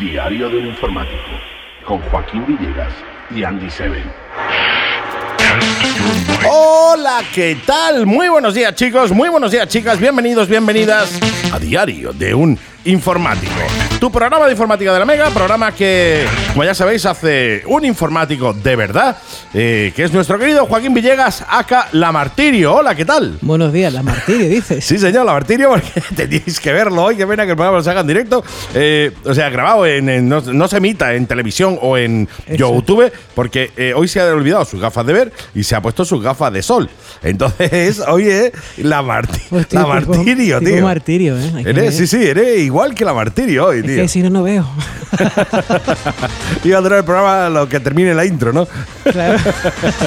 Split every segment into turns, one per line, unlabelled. Diario de un informático con Joaquín Villegas y Andy Seven.
Hola, ¿qué tal? Muy buenos días chicos, muy buenos días chicas, bienvenidos, bienvenidas a Diario de un Informático. Tu programa de informática de la Mega, programa que, como ya sabéis, hace un informático de verdad, eh, que es nuestro querido Joaquín Villegas, acá La Martirio. Hola, ¿qué tal?
Buenos días, la martirio, dices.
Sí, señor, la Martirio, porque tenéis que verlo hoy. Qué pena que el programa lo haga en directo. Eh, o sea, grabado, en, en- no, no se emita en televisión o en
Eso.
YouTube, porque eh, hoy se ha olvidado sus gafas de ver y se ha puesto sus gafas de sol. Entonces, hoy es la, marti-
Hostia,
la
tipo-
Martirio,
tipo
tío.
martirio, ¿eh? Hay que ver.
Eres, sí, sí, eres igual que la Martirio hoy,
Es
tío.
que si no, no veo.
Iba a durar el programa lo que termine la intro, ¿no?
Claro.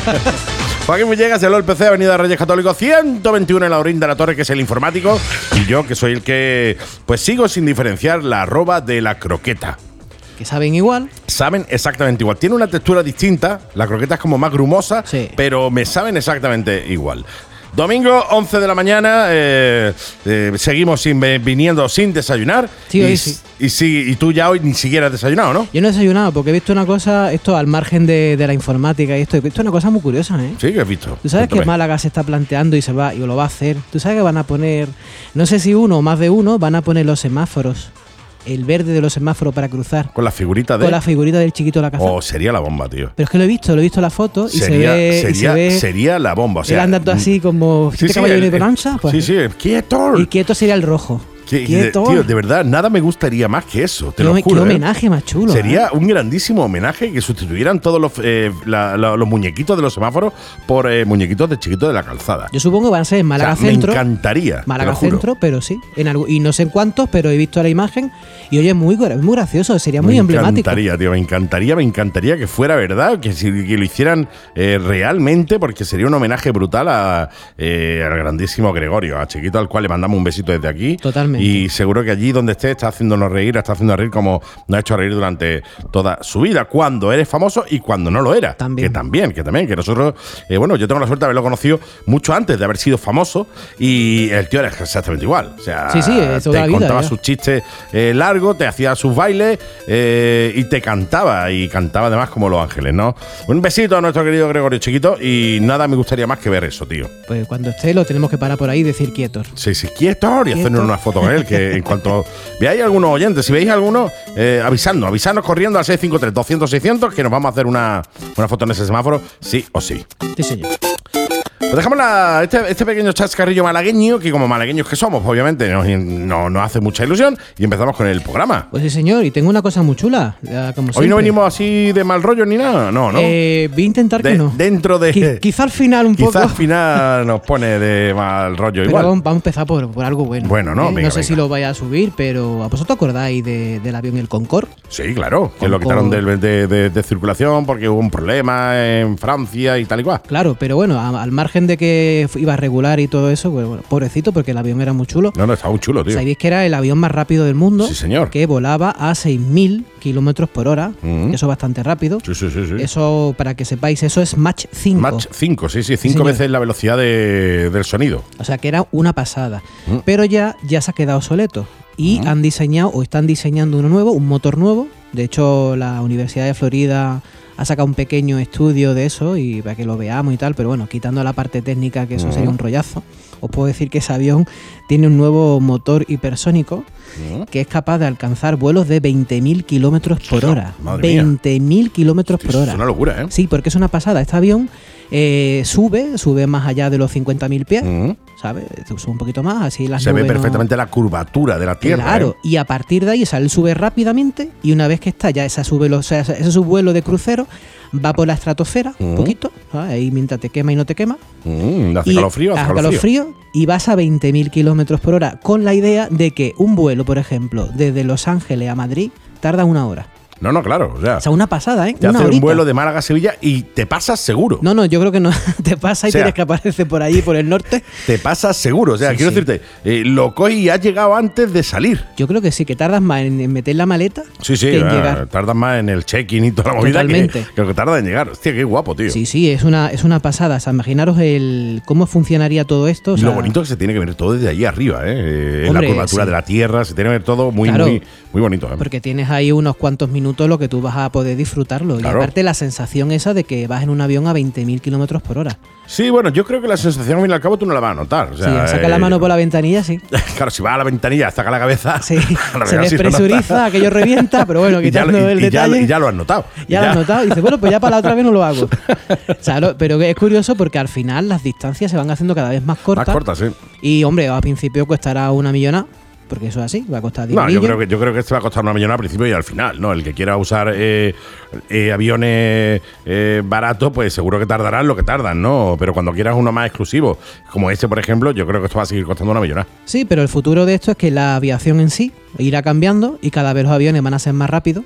Joaquín Villegas, el PC, Avenida Reyes Católicos 121 en la Orín de la Torre, que es el informático, y yo que soy el que pues sigo sin diferenciar la arroba de la croqueta.
que saben igual.
Saben exactamente igual. Tiene una textura distinta, la croqueta es como más grumosa,
Sí.
pero me saben exactamente igual. Domingo, 11 de la mañana, eh, eh, seguimos sin ve- viniendo sin desayunar.
Sí,
y,
hoy
s-
sí.
y sí, y tú ya hoy ni siquiera has desayunado, ¿no?
Yo no he desayunado porque he visto una cosa, esto al margen de, de la informática y esto, he visto una cosa muy curiosa, ¿eh?
Sí, que has visto.
Tú sabes que
Cuéntame.
Málaga se está planteando y se va y lo va a hacer. Tú sabes que van a poner, no sé si uno o más de uno, van a poner los semáforos, el verde de los semáforos para cruzar
Con la figurita de.
con la figurita del chiquito de la caza.
Oh, sería la bomba, tío.
Pero es que lo he visto, lo he visto en la foto y
Sería,
se ve, y se
sería,
ve
sería la bomba. O sea, mm,
él anda todo así como
Sí,
este
sí,
caballo
el-
de
el-
bonanza, pues.
Sí, sí, quieto.
Y quieto sería el rojo.
Que-
Quieto.
de- tío, de verdad, nada me gustaría más que eso. Te
Qué
lo
home-
juro.
qué
¿eh?
homenaje más chulo.
Sería
¿eh?
un grandísimo homenaje que sustituyeran todos los, eh, la- la- los muñequitos de los semáforos por eh, muñequitos de chiquito de la calzada.
Yo supongo que van a ser en
O sea,
Málaga
me
Centro.
encantaría.
Málaga
te lo juro.
Centro, pero sí. En algo, y no sé en cuántos, pero he visto la imagen. Y oye, es muy, gra- muy gracioso, sería muy
me
emblemático.
encantaría, tío, me encantaría, me encantaría que fuera verdad, que, si, que lo hicieran eh, realmente, porque sería un homenaje brutal a, eh, al grandísimo Gregorio, a Chiquito, al cual le mandamos un besito desde aquí.
Totalmente.
Y seguro que allí donde esté está haciéndonos reír, está haciendo reír como nos ha hecho reír durante toda su vida, cuando eres famoso y cuando no lo era.
También.
Que también, que también, que nosotros, eh, bueno, yo tengo la suerte de haberlo conocido mucho antes de haber sido famoso y el tío era exactamente igual. O sea,
Sí, sí,
Ah, te
toda la vida,
contaba
ya.
sus chistes eh, largos, te hacía sus bailes eh, y te cantaba. Y cantaba además como Los Ángeles, ¿no? Un besito a nuestro querido Gregorio Chiquito y nada me gustaría más que ver eso, tío.
Pues cuando esté lo tenemos que parar por ahí y decir quietos.
Sí, sí, quieto y hacernos
Quieto.
una foto con él, que en cuanto veáis algunos oyentes, si veis alguno, eh, avisadnos, avisadnos corriendo al 653-200-600 que nos vamos a hacer una, una foto en ese semáforo, sí o sí.
Sí, señor.
Pues dejamos la- este, este pequeño chascarrillo malagueño, que como malagueños que somos, obviamente nos, no- nos hace mucha ilusión y empezamos con el programa.
Pues sí, señor. Y tengo una cosa muy chula. ya como
Hoy no
siempre.
venimos así de mal rollo ni nada, no, no.
Eh, voy a intentar
De-
que no.
Dentro de.
Qui- quizá al final un
quizá
poco.
al final nos pone de mal rollo
Pero
igual.
vamos, vamos a empezar por, por algo bueno.
Bueno, ¿no?
Eh,
Venga,
no sé
venga.
si lo vaya a subir, pero ¿a vosotros acordáis de- del avión El Concorde?
Sí, claro, que
Con-
lo quitaron
con-
del- de, de- de circulación porque hubo un problema en Francia y tal y cual.
Claro, pero bueno, a- al margen de que fu- iba regular y todo eso, pues bueno, pobrecito, porque el avión era muy chulo.
No, no, está un chulo, tío.
Sabéis que era el avión más rápido del mundo.
Sí, señor.
Que volaba a 6.000 kilómetros por hora.
Mm.
Eso es bastante rápido.
Sí, sí, sí. sí.
Eso, para que sepáis, eso es Match 5.
Match 5, sí, sí,
Sí,
5
señor.
veces la velocidad de- del sonido.
O sea, que era una pasada.
Mm.
Pero ya, ya se ha quedado obsoleto. Y han diseñado, o están diseñando uno nuevo, un motor nuevo. De hecho, la Universidad de Florida ha sacado un pequeño estudio de eso y para que lo veamos y tal. Pero bueno, quitando la parte técnica, que eso
Mm.
sería un rollazo, os puedo decir que ese avión tiene un nuevo motor hipersónico
Mm.
que es capaz de alcanzar vuelos de 20.000 kilómetros por hora.
madre mía.
20.000 kilómetros por
Es
hora.
una locura, ¿eh?
Sí, porque es una pasada. Este avión eh, sube, sube más allá de los 50.000 pies.
Mm.
¿sabes? Sube un poquito más, así ¿eh? las
Se ve
nubes no-
perfectamente la curvatura de la Tierra.
Claro,
¿eh?
y a partir de ahí, o sea, él sube rápidamente y una vez que está ya esa sube, o sea, ese subvuelo de crucero va por la estratosfera
Mm.
un poquito, ¿sabes? ahí mientras te quema y no te quema.
Mm, hace
y
calofrío, hace
hace
calofrío.
calofrío, y vas a 20.000 kilómetros por hora con la idea de que un vuelo, por ejemplo, desde Los Ángeles a Madrid tarda una hora.
No, no, claro. O sea,
O sea, una pasada, ¿eh?
te
una
hace un
horita.
vuelo de Málaga a Sevilla y te pasas seguro.
No, no, yo creo que no. Te pasa y
O sea,
tienes que aparecer por allí, por el norte.
Te pasas seguro. O sea,
Sí,
quiero
sí.
decirte, eh, lo y has llegado antes de salir.
Yo creo que sí, que tardas más en, en meter la maleta
Sí, sí,
que en
ah,
llegar.
tardan más en el check-in y toda la movida que,
Totalmente.
que lo que tarda en llegar. Hostia, qué guapo, tío.
Sí, sí, es una, es una pasada. O sea, imaginaros el, cómo funcionaría todo esto. o
Y lo
sea,
bonito es que se tiene que ver todo desde allí arriba, ¿eh? Eh,
Hombre,
la curvatura
sí.
de la tierra, se tiene que ver todo muy,
Claro.
muy, muy bonito. ¿eh?
Porque tienes ahí unos cuantos minutos lo que tú vas a poder disfrutarlo.
Claro.
Y aparte la sensación esa de que vas en un avión a 20.000 kilómetros por hora.
Sí, bueno, yo creo que la sensación al fin y al cabo tú no la vas a notar. O
sí,
sea,
saca
eh,
la mano por la ventanilla, sí.
Claro, si vas a la ventanilla, saca la cabeza.
Sí,
a la
se
verdad, si no
despresuriza,
notas.
aquello revienta, pero bueno,
Y ya lo-
quitando el
y- y ya lo-
detalle.
y ya lo has notado.
Ya, lo has notado. Y dices, bueno, pues ya para la otra vez no lo hago. O sea, lo- pero es curioso porque al final las distancias se van haciendo cada vez más cortas.
Más corta, sí.
Y hombre, al principio costará una millonada, porque eso es así, va a costar 10
No, yo
millones.
creo, que, yo creo que esto va a costar una millonada al principio y al final, ¿no? El que quiera usar eh, eh, aviones eh, baratos, pues seguro que tardarán lo que tardan, ¿no? Pero cuando quieras uno más exclusivo, como este, por ejemplo, yo creo que esto va a seguir costando una millonada.
Sí, pero el futuro de esto es que la aviación en sí irá cambiando y cada vez los aviones van a ser más rápidos.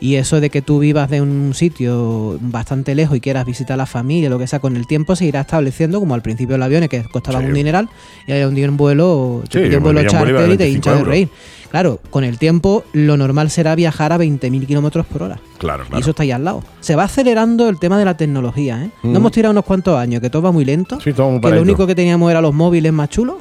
Y eso de que tú vivas de un sitio bastante lejos y quieras visitar a la familia, lo que sea, con el tiempo se irá estableciendo, como al principio los aviones que costaban
Sí.
un dineral y había un día un vuelo, te
Sí,
pillaba un
bueno,
vuelo
ya un vuelo iba
charter
de
y te
25
hinchas de
euros.
reír. Claro, con el tiempo lo normal será viajar a 20.000 kilómetros por hora.
Claro,
Y
claro.
eso está ahí al lado. Se va acelerando el tema de la tecnología, ¿eh? No hemos tirado unos cuantos años, que todo va muy lento.
Mm. Sí, todo muy
que
paradito. Mm.
lo único que teníamos era los móviles más chulos.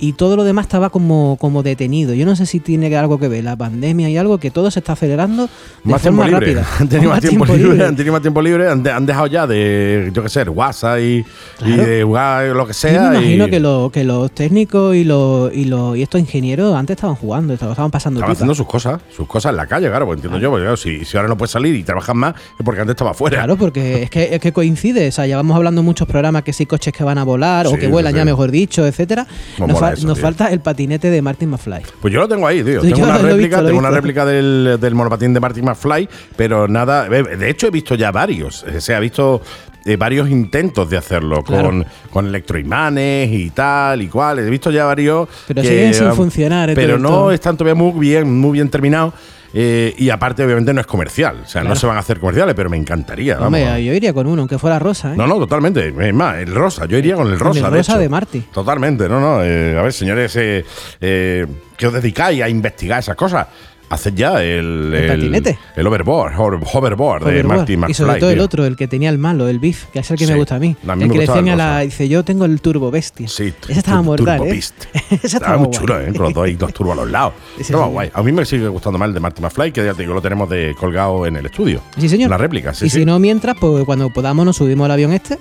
Y todo lo demás estaba como, como detenido. Yo no sé si tiene que- algo que ver la pandemia y algo que todo se está acelerando de
Más tiempo
forma
libre.
rápida.
Han tenido más tiempo
libre.
libre. Han tenido más tiempo libre. Han, de- han dejado ya de, yo qué sé, el WhatsApp y, y
Claro.
de jugar lo que sea.
Yo me imagino
y
que, lo- que los técnicos y los y los y estos ingenieros antes estaban jugando, estaban estaban pasando
Estaban
pipa.
haciendo sus cosas, sus cosas en la calle, claro, pues entiendo yo, porque claro, si, si ahora no puedes salir y trabajas más, es porque antes estaba fuera.
Claro, porque es que, es que coincide. O sea, ya vamos hablando en muchos programas que sí, coches que van a volar
Sí,
o que vuelan,
sí, sí.
ya mejor dicho, etcétera.
No
Nos,
mola
fa-
eso,
nos
tío.
falta el patinete de Martin McFly.
Pues yo lo tengo ahí, tío.
Sí,
Tengo
yo
una
lo he
réplica,
visto, lo he
tengo una
visto.
réplica del, del monopatín de Martin McFly, pero nada. eh, De hecho, he visto ya varios. eh, Se ha visto eh, varios intentos de hacerlo
Claro.
con, con electroimanes y tal y cual. He visto ya varios.
Pero siguen sin funcionar, eh,
Pero
todo
no
esto.
están todavía muy bien, muy bien terminados. eh, y aparte, obviamente, no es comercial. O sea, no se van a hacer comerciales, pero me encantaría. vamos.
Hombre, yo iría con uno, aunque fuera rosa, ¿eh?
No, no, totalmente. Es más, el rosa. Yo iría con el
Con
rosa.
el
de,
rosa
hecho.
de Marty.
Totalmente, no, no. eh, a ver, señores, eh, eh, que os dedicáis a investigar esas cosas. Haced ya el,
El patinete.
el overboard, hover- hoverboard de
Overboard.
Marty McFly.
y sobre todo el
tío.
otro, el que tenía el malo, el beef, que es el que
Sí.
me gusta a mí.
A mí
el
me
que le
gustaba
decían a
el
la.
rosa.
Dice, yo tengo el turbo bestia.
Sí,
Ese estaba
Tur-
mortal,
Turbo
¿eh?
Beast.
Ese
Estaba
estaba
muy
guay.
chulo, ¿eh? Con los dos, y dos turbos a los lados.
Sí,
estaba
señor.
guay. A mí me sigue gustando más el de Marty McFly, que ya te digo, lo tenemos de colgado en el estudio.
Sí, señor.
Una réplica, sí,
y
sí.
si no, mientras, pues cuando podamos nos subimos al avión este.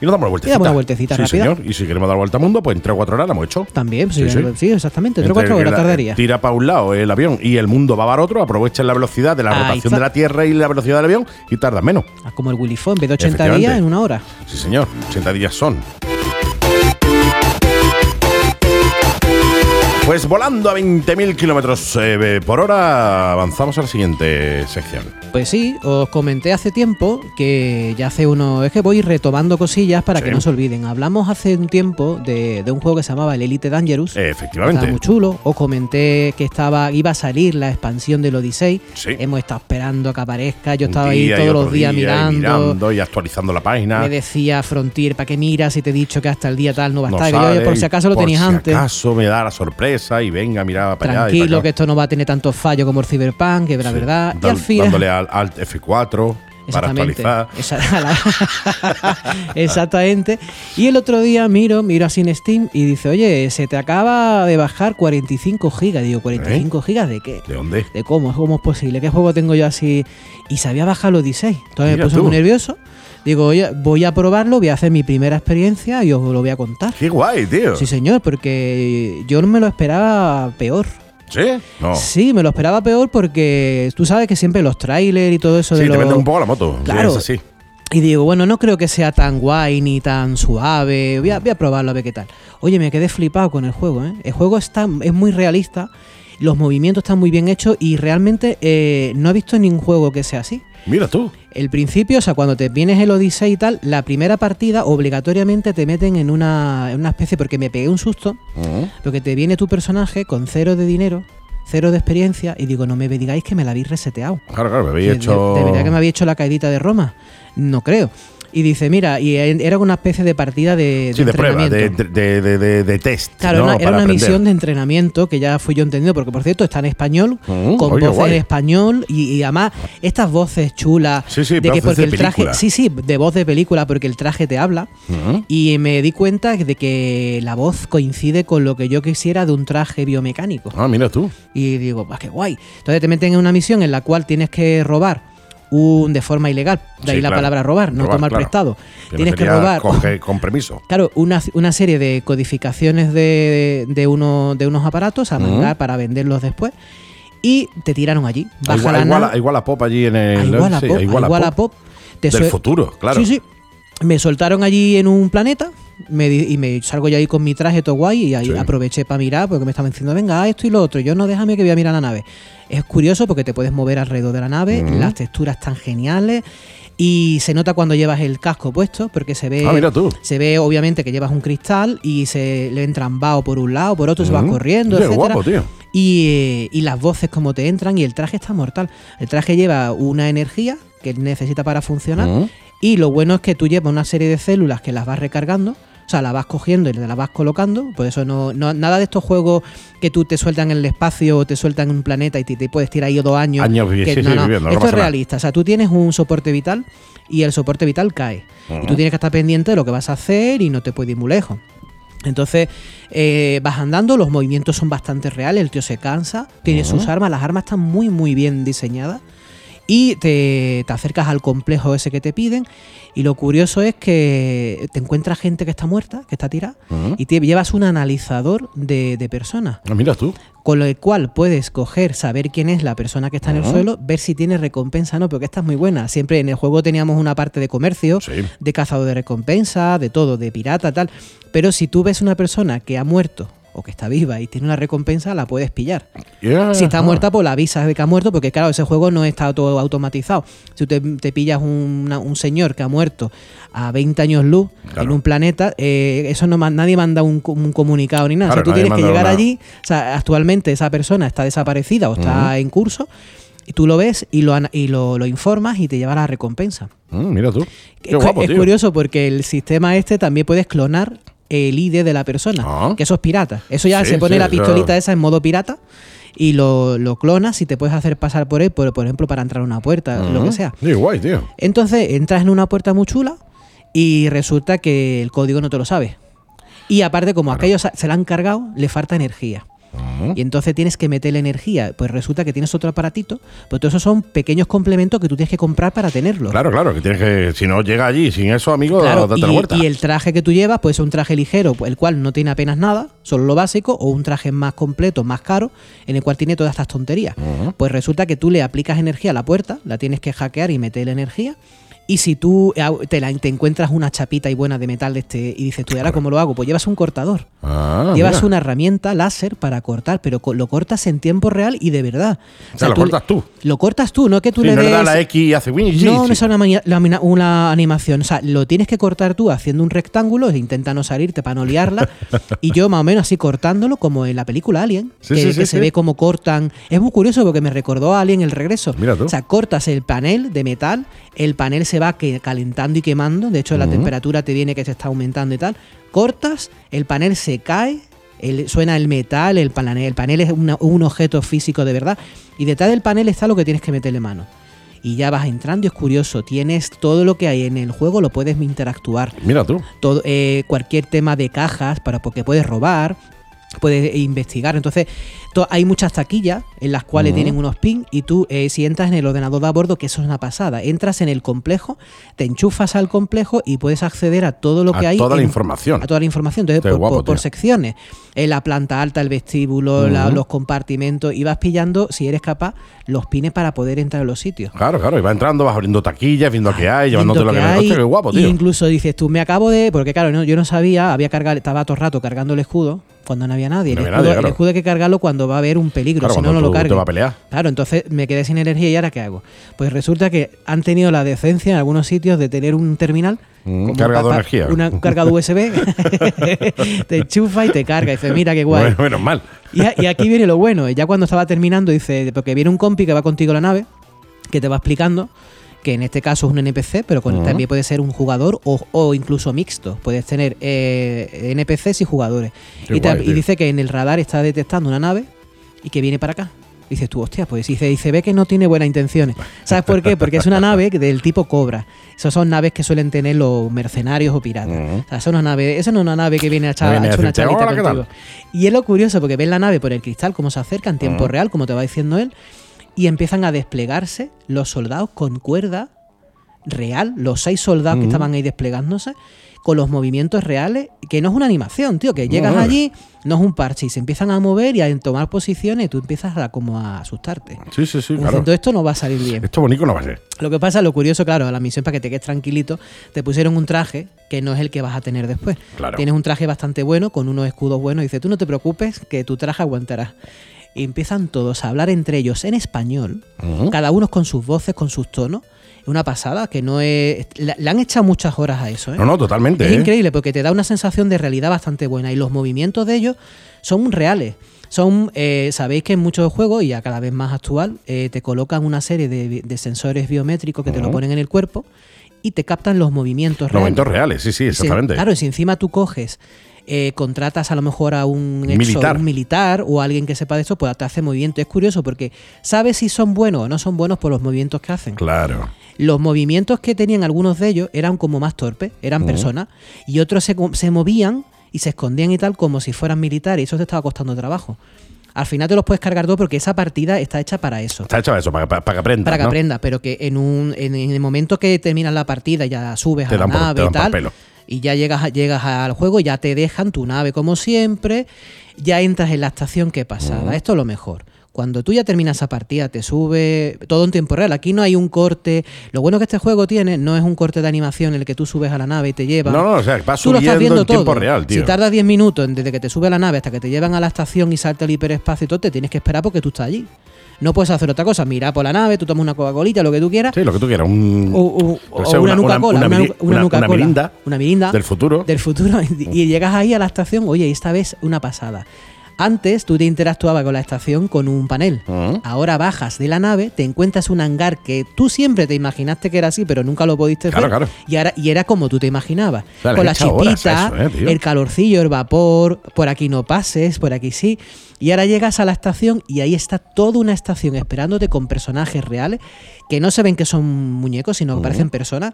Y nos damos una vueltecita.
una vueltecita
sí,
rápida.
señor. Y si queremos dar vuelta al mundo, pues en 3 o 4 horas la hemos hecho.
También,
Sí,
sí,
sí.
sí, exactamente. Tres o
Entre
cuatro
que
horas
la- eh,
tardaría.
Tira para un lado el avión y el mundo va para otro, aprovecha la velocidad de la
Ahí
rotación
está.
de la Tierra y la velocidad del avión y tarda menos.
Ah, Como el Willy Fo, en vez de 80 días,
Efectivamente.
en una hora.
Sí, señor. 80 días son. Pues volando a 20.000 kilómetros eh, por hora, avanzamos a la siguiente sección.
Pues sí, os comenté hace tiempo que ya hace uno. Es que voy retomando cosillas para
Sí.
que no se olviden. Hablamos hace un tiempo de, de un juego que se llamaba el Elite Dangerous.
Eh,
Estaba
efectivamente.
muy chulo. Os comenté que estaba, iba a salir la expansión del Odyssey.
Sí.
Hemos estado esperando a que aparezca. Yo
Un
estaba ahí
día y
todos
otro
los días
día y
mirando.
y actualizando la página.
Me decía Frontier, ¿para qué miras? Si te he dicho que hasta el día tal no va a
No
estar. Que yo,
sale,
por si acaso lo
por
tenías
si
antes.
acaso me da la sorpresa y venga, mira para allá. y para
Tranquilo,
acá.
que esto no va a tener tantos fallos como el Cyberpunk, que la
Sí,
verdad. Y
dan-
al fin.
Dándole al Alt F4 para
Exactamente.
actualizar.
Esa- a la- Exactamente. Y el otro día miro, miro así en Steam y dice, oye, se te acaba de bajar 45 gigas.
¿Eh?
Digo, ¿45 gigas de qué?
¿De dónde?
de cómo, cómo es posible, qué juego tengo yo así. Y se había bajado el Odyssey. Entonces
Mira
me puse
tú.
muy nervioso. Digo, oye, voy a probarlo, voy a hacer mi primera experiencia y os lo voy a contar.
Qué guay, tío.
Sí,
Sí.
señor, porque yo no me lo esperaba peor.
No. Sí,
Sí, me lo esperaba peor porque tú sabes que siempre los trailers y todo eso de
te
los...
venden un poco la moto.
Claro.
Sí, es así.
Y digo, bueno, no creo que sea tan guay ni tan suave. Voy a, voy a probarlo a ver qué tal. Oye, me quedé flipado con el juego, ¿eh? El juego está, es muy realista, los movimientos están muy bien hechos y realmente eh, no he visto ningún juego que sea así.
Mira tú.
El principio, o sea, cuando te vienes el Odyssey y tal, la primera partida obligatoriamente te meten en Mm. una, en una especie, porque me pegué un susto, porque te viene tu personaje con cero de dinero, cero de experiencia y digo, no me digáis que me la habéis reseteado.
Claro, claro, me habéis
Que
hecho.
de, de verdad que me había hecho la caidita de Roma. No creo. Y dice, mira, y en- era una especie de partida de, de
Sí, de prueba, de,
entrenamiento.
de, de- de- de test.
Claro,
¿no?
una- era
Para
una
aprender.
misión de entrenamiento que ya fui yo entendiendo, porque por cierto está en español,
Mm,
con
oye,
voces
guay.
en español y, y además estas voces chulas
Sí, sí,
de que
voces
porque
de
el traje,
película.
sí, sí, de voz de película, porque el traje te habla.
Ujú.
Y me di cuenta de que la voz coincide con lo que yo quisiera de un traje biomecánico.
Ah, mira tú.
Y digo, pues qué guay. Entonces te meten en una misión en la cual tienes que robar un de forma ilegal. De ahí
Sí,
la
claro.
palabra robar, no
Robar,
tomar
claro.
prestado.
Que
tienes que
sería
robar.
coger con permiso.
Claro, una, una serie de codificaciones de, de, uno, de unos aparatos a mangar para venderlos después. Y te tiraron allí.
A Ah,
Baja
igual,
la
a igual,
nave-
a igual a Pop allí en
a
el.
Iguala
sí,
Pop,
a
a
Iguala
Iguala
Pop.
Pop. Te
Del
sue-
futuro, claro.
Sí, sí. Me soltaron allí en un planeta me di- y me salgo yo ahí con mi traje todo guay y ahí
Sí.
aproveché para mirar porque me estaban diciendo, venga, esto y lo otro. Yo no, déjame que voy a mirar la nave. Es curioso porque te puedes mover alrededor de la nave,
Mm.
las texturas están geniales y se nota cuando llevas el casco puesto porque se ve...
Ah, mira tú.
Se ve obviamente que llevas un cristal y se le entran bao por un lado, por otro, se va
Ujú.
corriendo,
Mm. Qué
etcétera.
guapo, tío.
Y, eh, y las voces como te entran y el traje está mortal. El traje lleva una energía que él necesita para funcionar
Ujú.
y lo bueno es que tú llevas una serie de células que las vas recargando. O sea, las vas cogiendo y te las vas colocando. Por eso no, no- nada de estos juegos que tú te sueltan en el espacio o te sueltan en un planeta y te, te puedes tirar ahí dos años.
Años vi-
que-
sí, sí, viviendo, no
Esto es
pasa nada.
realista. O sea, tú tienes un soporte vital y el soporte vital cae. Y
Mm.
tú tienes que estar pendiente de lo que vas a hacer y no te puedes ir muy lejos. Entonces eh, vas andando, los movimientos son bastante reales, el tío se cansa, tiene sus armas, las armas están muy muy bien diseñadas y te, te acercas al complejo ese que te piden y lo curioso es que te encuentras gente que está muerta, que está tirada
Ujú.
y te llevas un analizador de, de personas
Ah, mira tú.
con lo cual puedes coger, saber quién es la persona que está en el
Ujú.
suelo, ver si tiene recompensa o no, porque esta es muy buena. Siempre en el juego teníamos una parte de comercio,
Sí.
de cazador de recompensa, de todo, de pirata, tal. Pero si tú ves una persona que ha muerto o que está viva y tiene una recompensa, la puedes pillar.
Yeah.
Si está
Ah.
muerta, pues la avisas de que ha muerto, porque claro, ese juego no está todo automatizado. Si te, te pillas un, una- un señor que ha muerto a 20 años luz
Claro.
en un planeta, eh, eso no ma- nadie manda un, co- un comunicado ni nada. O sea,
Claro,
tú
nadie
tienes que
manda
llegar
una-
allí, o sea, actualmente esa persona está desaparecida o está en curso, y tú lo ves y lo, ana- y lo, lo informas y te lleva la recompensa.
Mm, mira tú. Qué
Es cu-
guapo,
es
tío.
curioso porque el sistema este también puedes clonar el ID de la persona,
Ah.
que eso es pirata. Eso ya
Sí,
se pone
sí,
la pistolita
eso-
esa en modo pirata y lo, lo clonas y te puedes hacer pasar por él, por, por ejemplo, para entrar a una puerta, lo que
Ujú.
sea.
Mm-hmm. Sí, guay, tío.
Entonces entras en una puerta muy chula y resulta que el código no te lo sabes. Y aparte, como aquellos se la han cargado, le falta energía.
Ujú.
Y entonces tienes que meterle energía. Pues resulta que tienes otro aparatito. Pero todos esos son pequeños complementos que tú tienes que comprar para tenerlo.
Claro, claro, que tienes que. Si no llega allí, sin eso, amigo,
Claro,
date
y,
la vuelta.
y el traje que tú llevas puede ser un traje ligero, pues, el cual no tiene apenas nada, solo lo básico, o un traje más completo, más caro, en el cual tiene todas estas tonterías.
Mm-hmm.
Pues resulta que tú le aplicas energía a la puerta, la tienes que hackear y meter energía. Y si tú eh, te, la- te encuentras una chapita y buena de metal de este y dices, tú, ¿y ahora cómo lo hago? Pues llevas un cortador.
Ah,
llevas
mira.
una herramienta láser para cortar, pero co- lo cortas en tiempo real y de verdad.
O sea, lo cortas tú.
Lo cortas tú, no que tú
Sí,
le
no
des
le da la X y hace win y
no,
sí.
no es una, mani- la mina- una animación. O sea, lo tienes que cortar tú haciendo un rectángulo, e intenta no salirte para no liarla. y yo más o menos así cortándolo, como en la película Alien,
Sí,
que,
sí,
que
sí,
se
sí.
ve como cortan. Es muy curioso porque me recordó a Alien el regreso.
Mira tú.
O sea, cortas el panel de metal, el panel se va que- calentando y quemando. De hecho, la temperatura te viene que se está aumentando y tal. Cortas, el panel se cae. el- suena el metal, el panel, el panel es una- un objeto físico de verdad. Y detrás del panel está lo que tienes que meterle mano y ya vas entrando y es curioso, tienes todo lo que hay en el juego, lo puedes interactuar.
Mira tú.
Todo, eh, cualquier tema de cajas, para, porque puedes robar, puedes investigar. Entonces, to- hay muchas taquillas en las cuales tienen unos pin y tú, eh, si entras en el ordenador de a bordo, que eso es una pasada, entras en el complejo, te enchufas al complejo y puedes acceder a todo lo
A
que hay.
toda la
en-
información.
A toda la información.
Qué
Entonces, por,
guapo,
por- por
tío.
secciones. En la planta alta, el vestíbulo, la- los compartimentos, y vas pillando, si eres capaz, los pines para poder entrar en los sitios.
Claro, claro, y va entrando, vas abriendo taquillas, viendo qué hay, llevándote
Viendo
lo que
que
hay.
hay,
Hostia, qué guapo,
y
tío.
incluso dices tú, me acabo de. Porque claro, no, yo no sabía, había cargado, estaba todo el rato cargando el escudo cuando no había nadie.
No
el,
había
escudo,
nadie,
el
claro.
escudo hay que cargarlo cuando va a haber un peligro,
Claro,
si no,
cuando
no
tú
lo
te
cargas.
vas a pelear.
Claro, entonces me quedé sin energía y ahora qué hago. Pues resulta que han tenido la decencia en algunos sitios de tener un terminal
Mm,
como
cargador
pa- pa-
energía.
Una carga USB, te enchufa y te carga. Y dices, mira qué guay.
Bueno, menos mal.
Y, a- y aquí viene lo bueno. Ya cuando estaba terminando, dice, porque viene un compi que va contigo a la nave, que te va explicando, que en este caso es un NPC, pero con-
Ujú.
también puede ser un jugador o, o incluso mixto. Puedes tener eh, NPCs y jugadores.
Qué
Y, tam-
guay,
y
tío.
dice que en el radar está detectando una nave y que viene para acá. Dices tú, hostia, pues dice, dice, ve que no tiene buenas intenciones. ¿Sabes por qué? Porque es una nave que del tipo cobra. Esas son naves que suelen tener los mercenarios o piratas.
Ujú.
O sea, eso no es una nave, eso no es una nave que viene a echar
Viene a
ha hecho una
decirte,
charlita
"Hola, ¿qué tal?".
contigo. Y es lo curioso, porque ves la nave por el cristal, cómo se acerca en tiempo
Ujú.
real, como te va diciendo él, y empiezan a desplegarse los soldados con cuerda real, los seis soldados que
Ujú.
estaban ahí desplegándose, con los movimientos reales, que no es una animación, tío, que llegas
no.
allí, no es un parche, y se empiezan a mover y a tomar posiciones, y tú empiezas a, como a asustarte.
Sí, sí, sí,
Entonces,
claro.
todo esto no va a salir bien.
Esto bonito no va a ser.
Lo que pasa, lo curioso, claro, a la misión para que te quedes tranquilito, te pusieron un traje que no es el que vas a tener después.
Claro.
Tienes un traje bastante bueno, con unos escudos buenos, y dice, tú no te preocupes, que tu traje aguantará. Y empiezan todos a hablar entre ellos en español,
Ujú.
cada uno con sus voces, con sus tonos. Es una pasada, que no es... la- Le han echado muchas horas a eso, ¿eh?
No, no, totalmente.
Es
¿eh?
increíble porque te da una sensación de realidad bastante buena y los movimientos de ellos son reales. Son, eh, sabéis que en muchos juegos, y ya cada vez más actual, eh, te colocan una serie de, de sensores biométricos que te lo
Ujú.
ponen en el cuerpo y te captan los movimientos reales.
Momentos reales, sí, sí,
Y si-
exactamente.
claro, y si encima tú coges, eh, contratas a lo mejor a un, exo-
Militar.
un militar o a alguien que sepa de esto, pues te hace movimiento. Es curioso porque sabes si son buenos o no son buenos por los movimientos que hacen
Claro.
los movimientos que tenían algunos de ellos eran como más torpes, eran personas, y otros se, co- se movían y se escondían y tal como si fueran militares, y eso te estaba costando trabajo. Al final te los puedes cargar todos porque esa partida está hecha para eso.
Está hecho para eso, para, para- para que aprendas.
Para que
¿no?
aprendas, pero que en, un, en, en el momento que terminas la partida, ya subes
Te
a la
dan por- te
nave
dan
y
por
tal,
pelo.
y ya llegas, a- llegas al juego, ya te dejan tu nave como siempre, ya entras en la estación que pasada. Esto es lo mejor. Cuando tú ya terminas esa partida, te sube todo en tiempo real. Aquí no hay un corte. Lo bueno que este juego tiene no es un corte de animación en el que tú subes a la nave y te llevan.
No, no, o sea, vas
Tú lo estás
subiendo
viendo
en tiempo
todo.
real, tío.
Si tardas 10 minutos en- desde que te sube a la nave hasta que te llevan a la estación y salta el hiperespacio y todo, te tienes que esperar porque tú estás allí. No puedes hacer otra cosa. Mira por la nave, tú tomas una Coca-Colita, lo que tú quieras.
Sí, lo que tú quieras. Un,
O, o-
o
o
sea,
una,
una- una-
Nuca-Cola.
una
Una,
miri-
nuca una,
una-
Nuca-Cola,
una mirinda
Una mirinda.
del futuro. Mm.
Del futuro. Y y llegas ahí a la estación. Oye, y esta vez una pasada. Antes tú te interactuabas con la estación con un panel.
Ujú.
Ahora bajas de la nave, te encuentras un hangar que tú siempre te imaginaste que era así, pero nunca lo pudiste
Claro,
ver.
claro.
Y, ahora, y era como tú te imaginabas.
sea, le
con la
echa horas a
chipita,
eso, eh, tío.
el calorcillo, el vapor, por aquí no pases, por aquí sí. Y ahora llegas a la estación y ahí está toda una estación esperándote con personajes reales que no se ven que son muñecos, sino que parecen personas.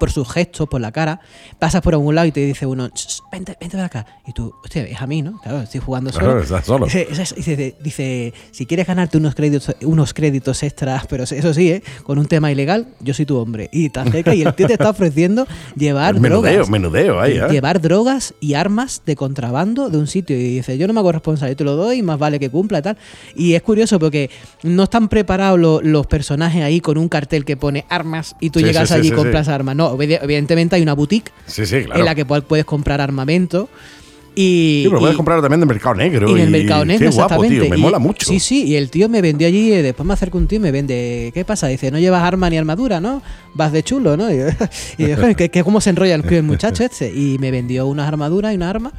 Por sus gestos, por la cara, pasas por un lado y te dice uno, "Shh, vente, vente para acá. Y tú, hostia, es a mí, ¿no? Claro, estoy jugando solo.
Claro, estás solo.
Dice, dice- dice- dice, si quieres ganarte unos créditos, unos créditos extras, pero eso sí, ¿eh? con un tema ilegal, yo soy tu hombre. Y te acerca y el tío te está ofreciendo llevar
menudeo,
drogas.
menudeo ahí, ¿eh?
Llevar drogas y armas de contrabando de un sitio. Y dice, yo no me hago responsable, yo te lo doy, más vale que cumpla y tal. Y es curioso porque no están preparados lo- los personajes ahí con un cartel que pone armas y tú
Sí,
llegas
sí, sí,
allí y
sí,
compras
sí.
armas. No, obede- evidentemente hay una boutique
Sí, sí, claro.
en la que pu- puedes comprar armamento. Y,
Sí, pero puedes
y-
comprar también del mercado negro.
y en el mercado negro,
Qué guapo,
exactamente.
tío. Me
Y-
mola mucho.
Sí, sí, y el tío me vendió allí, eh, después me acerco un tío y me vende, ¿qué pasa? Dice, no llevas arma ni armadura, ¿no? Vas de chulo, ¿no? Y, y yo, "Joder, que, que cómo se enrolla el, el muchacho este. Y me vendió unas armaduras y unas armas.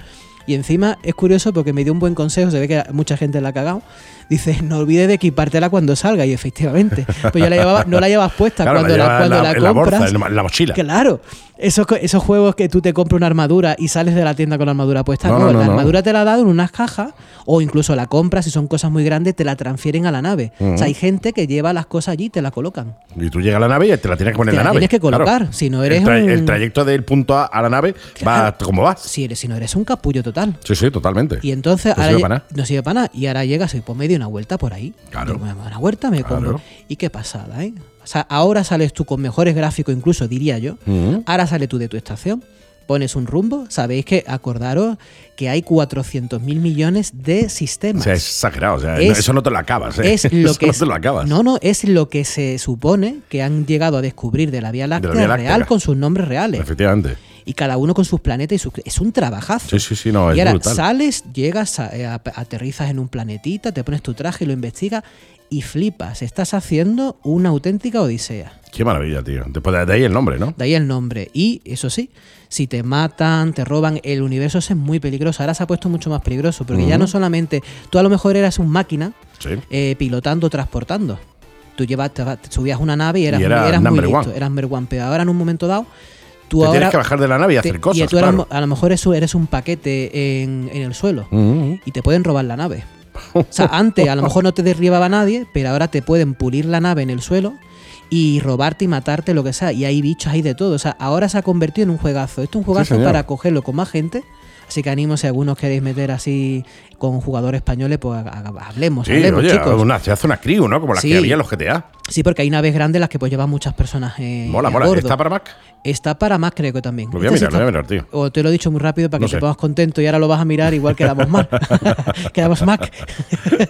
Y encima es curioso porque me dio un buen consejo, se ve que mucha gente la ha cagado. Dice, no olvides de equipártela cuando salga. Y efectivamente, pues yo la llevaba, no la llevas puesta
Claro,
cuando la,
llevas en
cuando la
en la
compras.
bolsa, en la- en la mochila.
Claro, esos, co- esos juegos que tú te compras una armadura y sales de la tienda con la armadura puesta,
No,
no,
no, no,
la
no.
armadura te la dan en unas cajas o incluso la compras, si son cosas muy grandes, te la transfieren a la nave. O sea, hay gente que lleva las cosas allí y te la colocan.
Y tú llegas a la nave y te la tienes que poner en
Te
la
la
nave.
tienes que colocar,
claro.
si no eres
el,
un-
el trayecto del punto A a la nave va
Claro.
como vas.
Si, eres, si no eres un capullo total.
Sí, sí, totalmente.
Y entonces
No
ahora
sirve
lle-
para nada.
no sirve para nada. Y ahora llegas y pues me doy una vuelta por ahí.
Claro.
Digo, me doy una vuelta, me
Claro.
compro. Y qué pasada, ¿eh? O sea, ahora sales tú con mejores gráficos, incluso diría yo.
Ujú.
Ahora sale tú de tu estación, pones un rumbo. Sabéis que acordaros que hay 400 mil millones de
O
sistemas.
sea, es exagerado. O sea,
Es-
eso no te lo acabas. ¿eh?
es lo
eso
que
no
es-
te lo acabas.
No, no, es lo que se supone que han llegado a descubrir de la Vía Láctea,
Vía Láctea.
real con sus nombres reales.
Efectivamente.
y cada uno con sus planetas y sus... Es un trabajazo.
Sí, sí, sí, no, es
y ahora
brutal.
sales, llegas, a- eh, a- aterrizas en un planetita, te pones tu traje, lo investigas y flipas. Estás haciendo una auténtica odisea.
Qué maravilla, tío. Después de- de ahí el nombre, ¿no?
De ahí el nombre. Y eso sí, si te matan, te roban, el universo ese es muy peligroso. Ahora se ha puesto mucho más peligroso, porque ya no solamente tú a lo mejor eras un máquina
Sí.
eh, pilotando, transportando. Tú llevas, te va- te subías una nave y eras,
Y era
eras muy
number one.
listo, eras number one. Pero ahora en un momento dado, tú
Te
ahora
tienes que bajar de la nave y hacer
te-
cosas.
tú eras-
claro.
a lo mejor eso eres un paquete en, en el suelo
Mm, mm.
y te pueden robar la nave. O sea, antes a lo mejor no te derribaba nadie, pero ahora te pueden pulir la nave en el suelo y robarte y matarte, lo que sea. Y hay bichos, hay de todo. O sea, ahora se ha convertido en un juegazo. Esto es un juegazo
señor.
para cogerlo con más gente. Así que animo si algunos queréis meter así con jugadores españoles, pues ha- ha- hablemos,
Sí,
hablemos,
oye,
chicos.
una, se hace una crew, ¿no? Como las
Sí.
que había en los GTA.
Sí, porque hay naves grandes las que pues llevan muchas personas eh, Este
Mola,
a
mola.
bordo.
¿Está para Mac?
Está para más, creo que también.
Lo voy a
Este sí
mirar, lo
está-
voy a mirar, tío.
O te lo he dicho muy rápido para que
No
te
sé.
pongas contento y ahora lo vas a mirar, igual quedamos mal. quedamos Mac.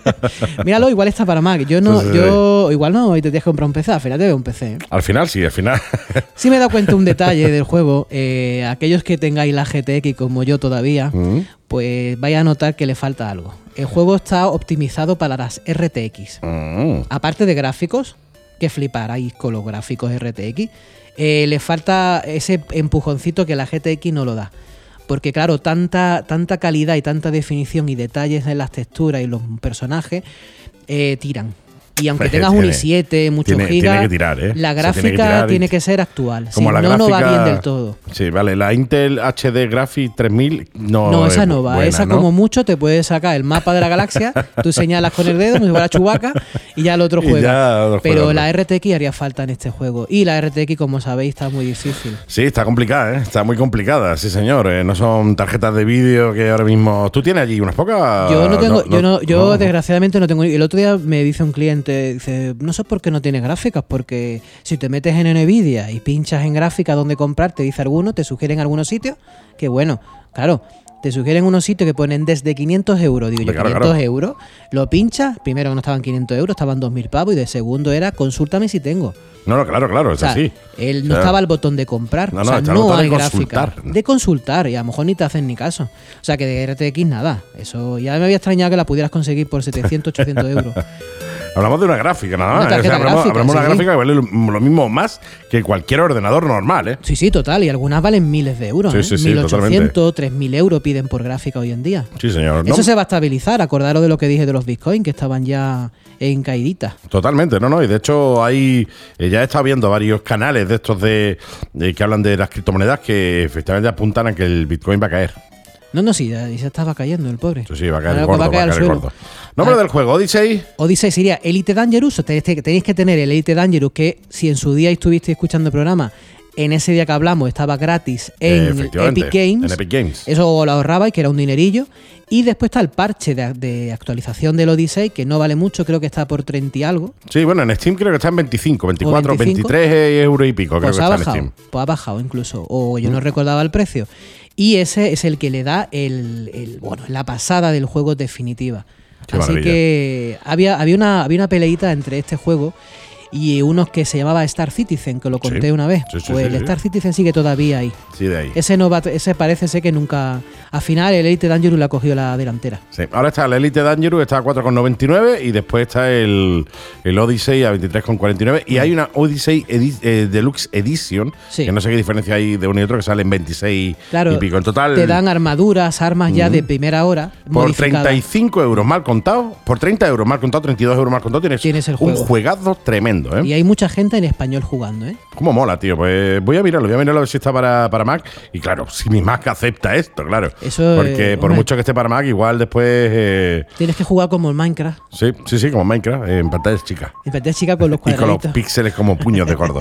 Míralo, igual está para Mac. Yo no,
Sí, sí,
yo igual no, hoy te tienes que comprar un PC. Al final te veo un PC. ¿eh?
Al final, sí, al final.
Sí me he dado cuenta un detalle del juego. eh, aquellos que tengáis la GTX como yo todavía,
Mm.
pues vais a notar que le falta algo. El juego está optimizado para las RTX.
Mm.
Aparte de gráficos, que fliparáis con los gráficos RTX, eh, le falta ese empujoncito que la GTX no lo da. Porque claro, tanta, tanta calidad y tanta definición y detalles en las texturas y los personajes eh, tiran. Y aunque
Pues Es que
tengas un
tiene-
i7, muchos
tiene-
gigas,
tiene que tirar, ¿eh?
la
O sea,
gráfica
tiene que
tiene que,
tirar y-
ser actual. Si
Como la
no, no va
gráfica-
bien del todo.
Sí, vale. La Intel HD Graphics 3000 no.
No,
Oh, es
esa no va.
buena,
esa
¿no?
como mucho te puede sacar el mapa de la galaxia, tú señalas con el dedo, como si fuera Chewbacca, y ya el otro
Y
juega.
ya otro
Pero
juega,
la RTX haría falta en este juego. Y la RTX, como sabéis, está muy difícil.
Sí, está complicada, ¿eh? Está muy complicada, sí, señor. Eh, no son tarjetas de vídeo que ahora mismo. ¿Tú tienes allí unas pocas?
Yo Ah, no tengo, yo no, yo
no.
desgraciadamente no tengo. El otro día me dice un cliente, dice, no sé por qué no tienes gráficas, porque si te metes en Nvidia y pinchas en gráficas donde comprar, te dice alguno, te sugieren algunos sitios, que bueno, claro. Te sugieren unos sitios que ponen desde 500 euros. Digo yo,
Hombre, claro,
500
claro.
euros. Lo pinchas. Primero, no estaban 500 euros, estaban 2.000 pavos. Y de segundo, era consúltame si tengo.
No, no, claro, claro, es
O sea,
así.
él no
Claro.
estaba el botón de comprar.
No,
o
no,
sea,
está
no,
el botón de
hay gráfica.
consultar.
De consultar, y a lo mejor ni te hacen ni caso. O sea, que de RTX nada. Eso ya me había extrañado que la pudieras conseguir por 700, 800 euros.
Hablamos de una gráfica, nada
Una
más. ¿eh? O sea,
tarjeta
hablamos
gráfica,
hablamos de una
sí.
gráfica que vale lo lo mismo o más que cualquier ordenador normal, ¿eh?
Sí, sí, total. Y algunas valen miles de euros.
Sí,
¿eh?
sí, sí,
1800, 3000 euros piden por gráfica hoy en día.
Sí, señor. ¿no?
Eso se va a estabilizar. Acordaros de lo que dije de los bitcoins que estaban ya en caídita.
Totalmente, no, no. Y de hecho, hay. eh, ya he estado viendo varios canales de estos de, de que hablan de las criptomonedas que efectivamente apuntan a que el Bitcoin va a caer.
No, no, sí, ya, ya se estaba cayendo el pobre.
Sí, sí, va a caer
Ahora
gordo, va a caer,
al suelo.
gordo. Nombre
Ah.
del juego, Odyssey.
Odyssey sería Elite Dangerous. o te- te- Tenéis que tener el Elite Dangerous que si en su día estuviste escuchando el programa, en ese día que hablamos estaba gratis
Eh,
en
efectivamente,
Epic
en
Games.
Epic Games.
Eso lo ahorrabais, que era un dinerillo. Y después está el parche de, de actualización del Odyssey, que no vale mucho, creo que está por 30 y algo.
Sí, bueno, en Steam creo que está en 25, 24,
25.
23 euros eh, y pico, creo
Pues
que
ha
está
bajado,
en Steam. Mm.
pues ha bajado incluso, o yo no recordaba el precio. Y ese es el que le da el, el- bueno, la pasada del juego definitiva.
Qué
Así
maravilla.
que había, había, una, había una peleita entre este juego y unos que se llamaba Star Citizen, que lo
Sí.
conté una vez.
Sí, sí,
pues
sí,
el
sí.
Star Citizen sigue todavía ahí.
Sí, de ahí.
Ese no va, ese parece ser que nunca. Al final el Elite Dangerous la cogió la delantera.
Sí. Ahora está el Elite Dangerous, está a 4,99 y después está el, el Odyssey a 23,49 y hay una Odyssey Edi- eh, Deluxe Edition,
Mm. Sí.
que no sé qué diferencia hay de uno y otro, que sale en 26
Claro,
y pico. En total,
Te dan armaduras, armas ya
Mm.
de primera hora.
por
modificadas.
35 euros mal contado, por 30 euros mal contado, 32 euros mal contado, tienes,
Tienes el
un
juego.
juegazo tremendo. ¿eh?
Y hay mucha gente en español jugando, ¿eh?
¿Cómo mola, tío? Pues voy a mirarlo, voy a mirarlo a ver si está para, para Mac. Y claro, si mi Mac acepta esto, claro.
Eso,
Porque
eh,
por
hombre.
mucho que esté para Mac, igual después. eh,
Tienes que jugar como el Minecraft.
sí, sí, sí, como Minecraft, eh, en pantallas chicas.
Y patea chica con los
Y con los
cuadraditos.
píxeles como puños de gordo.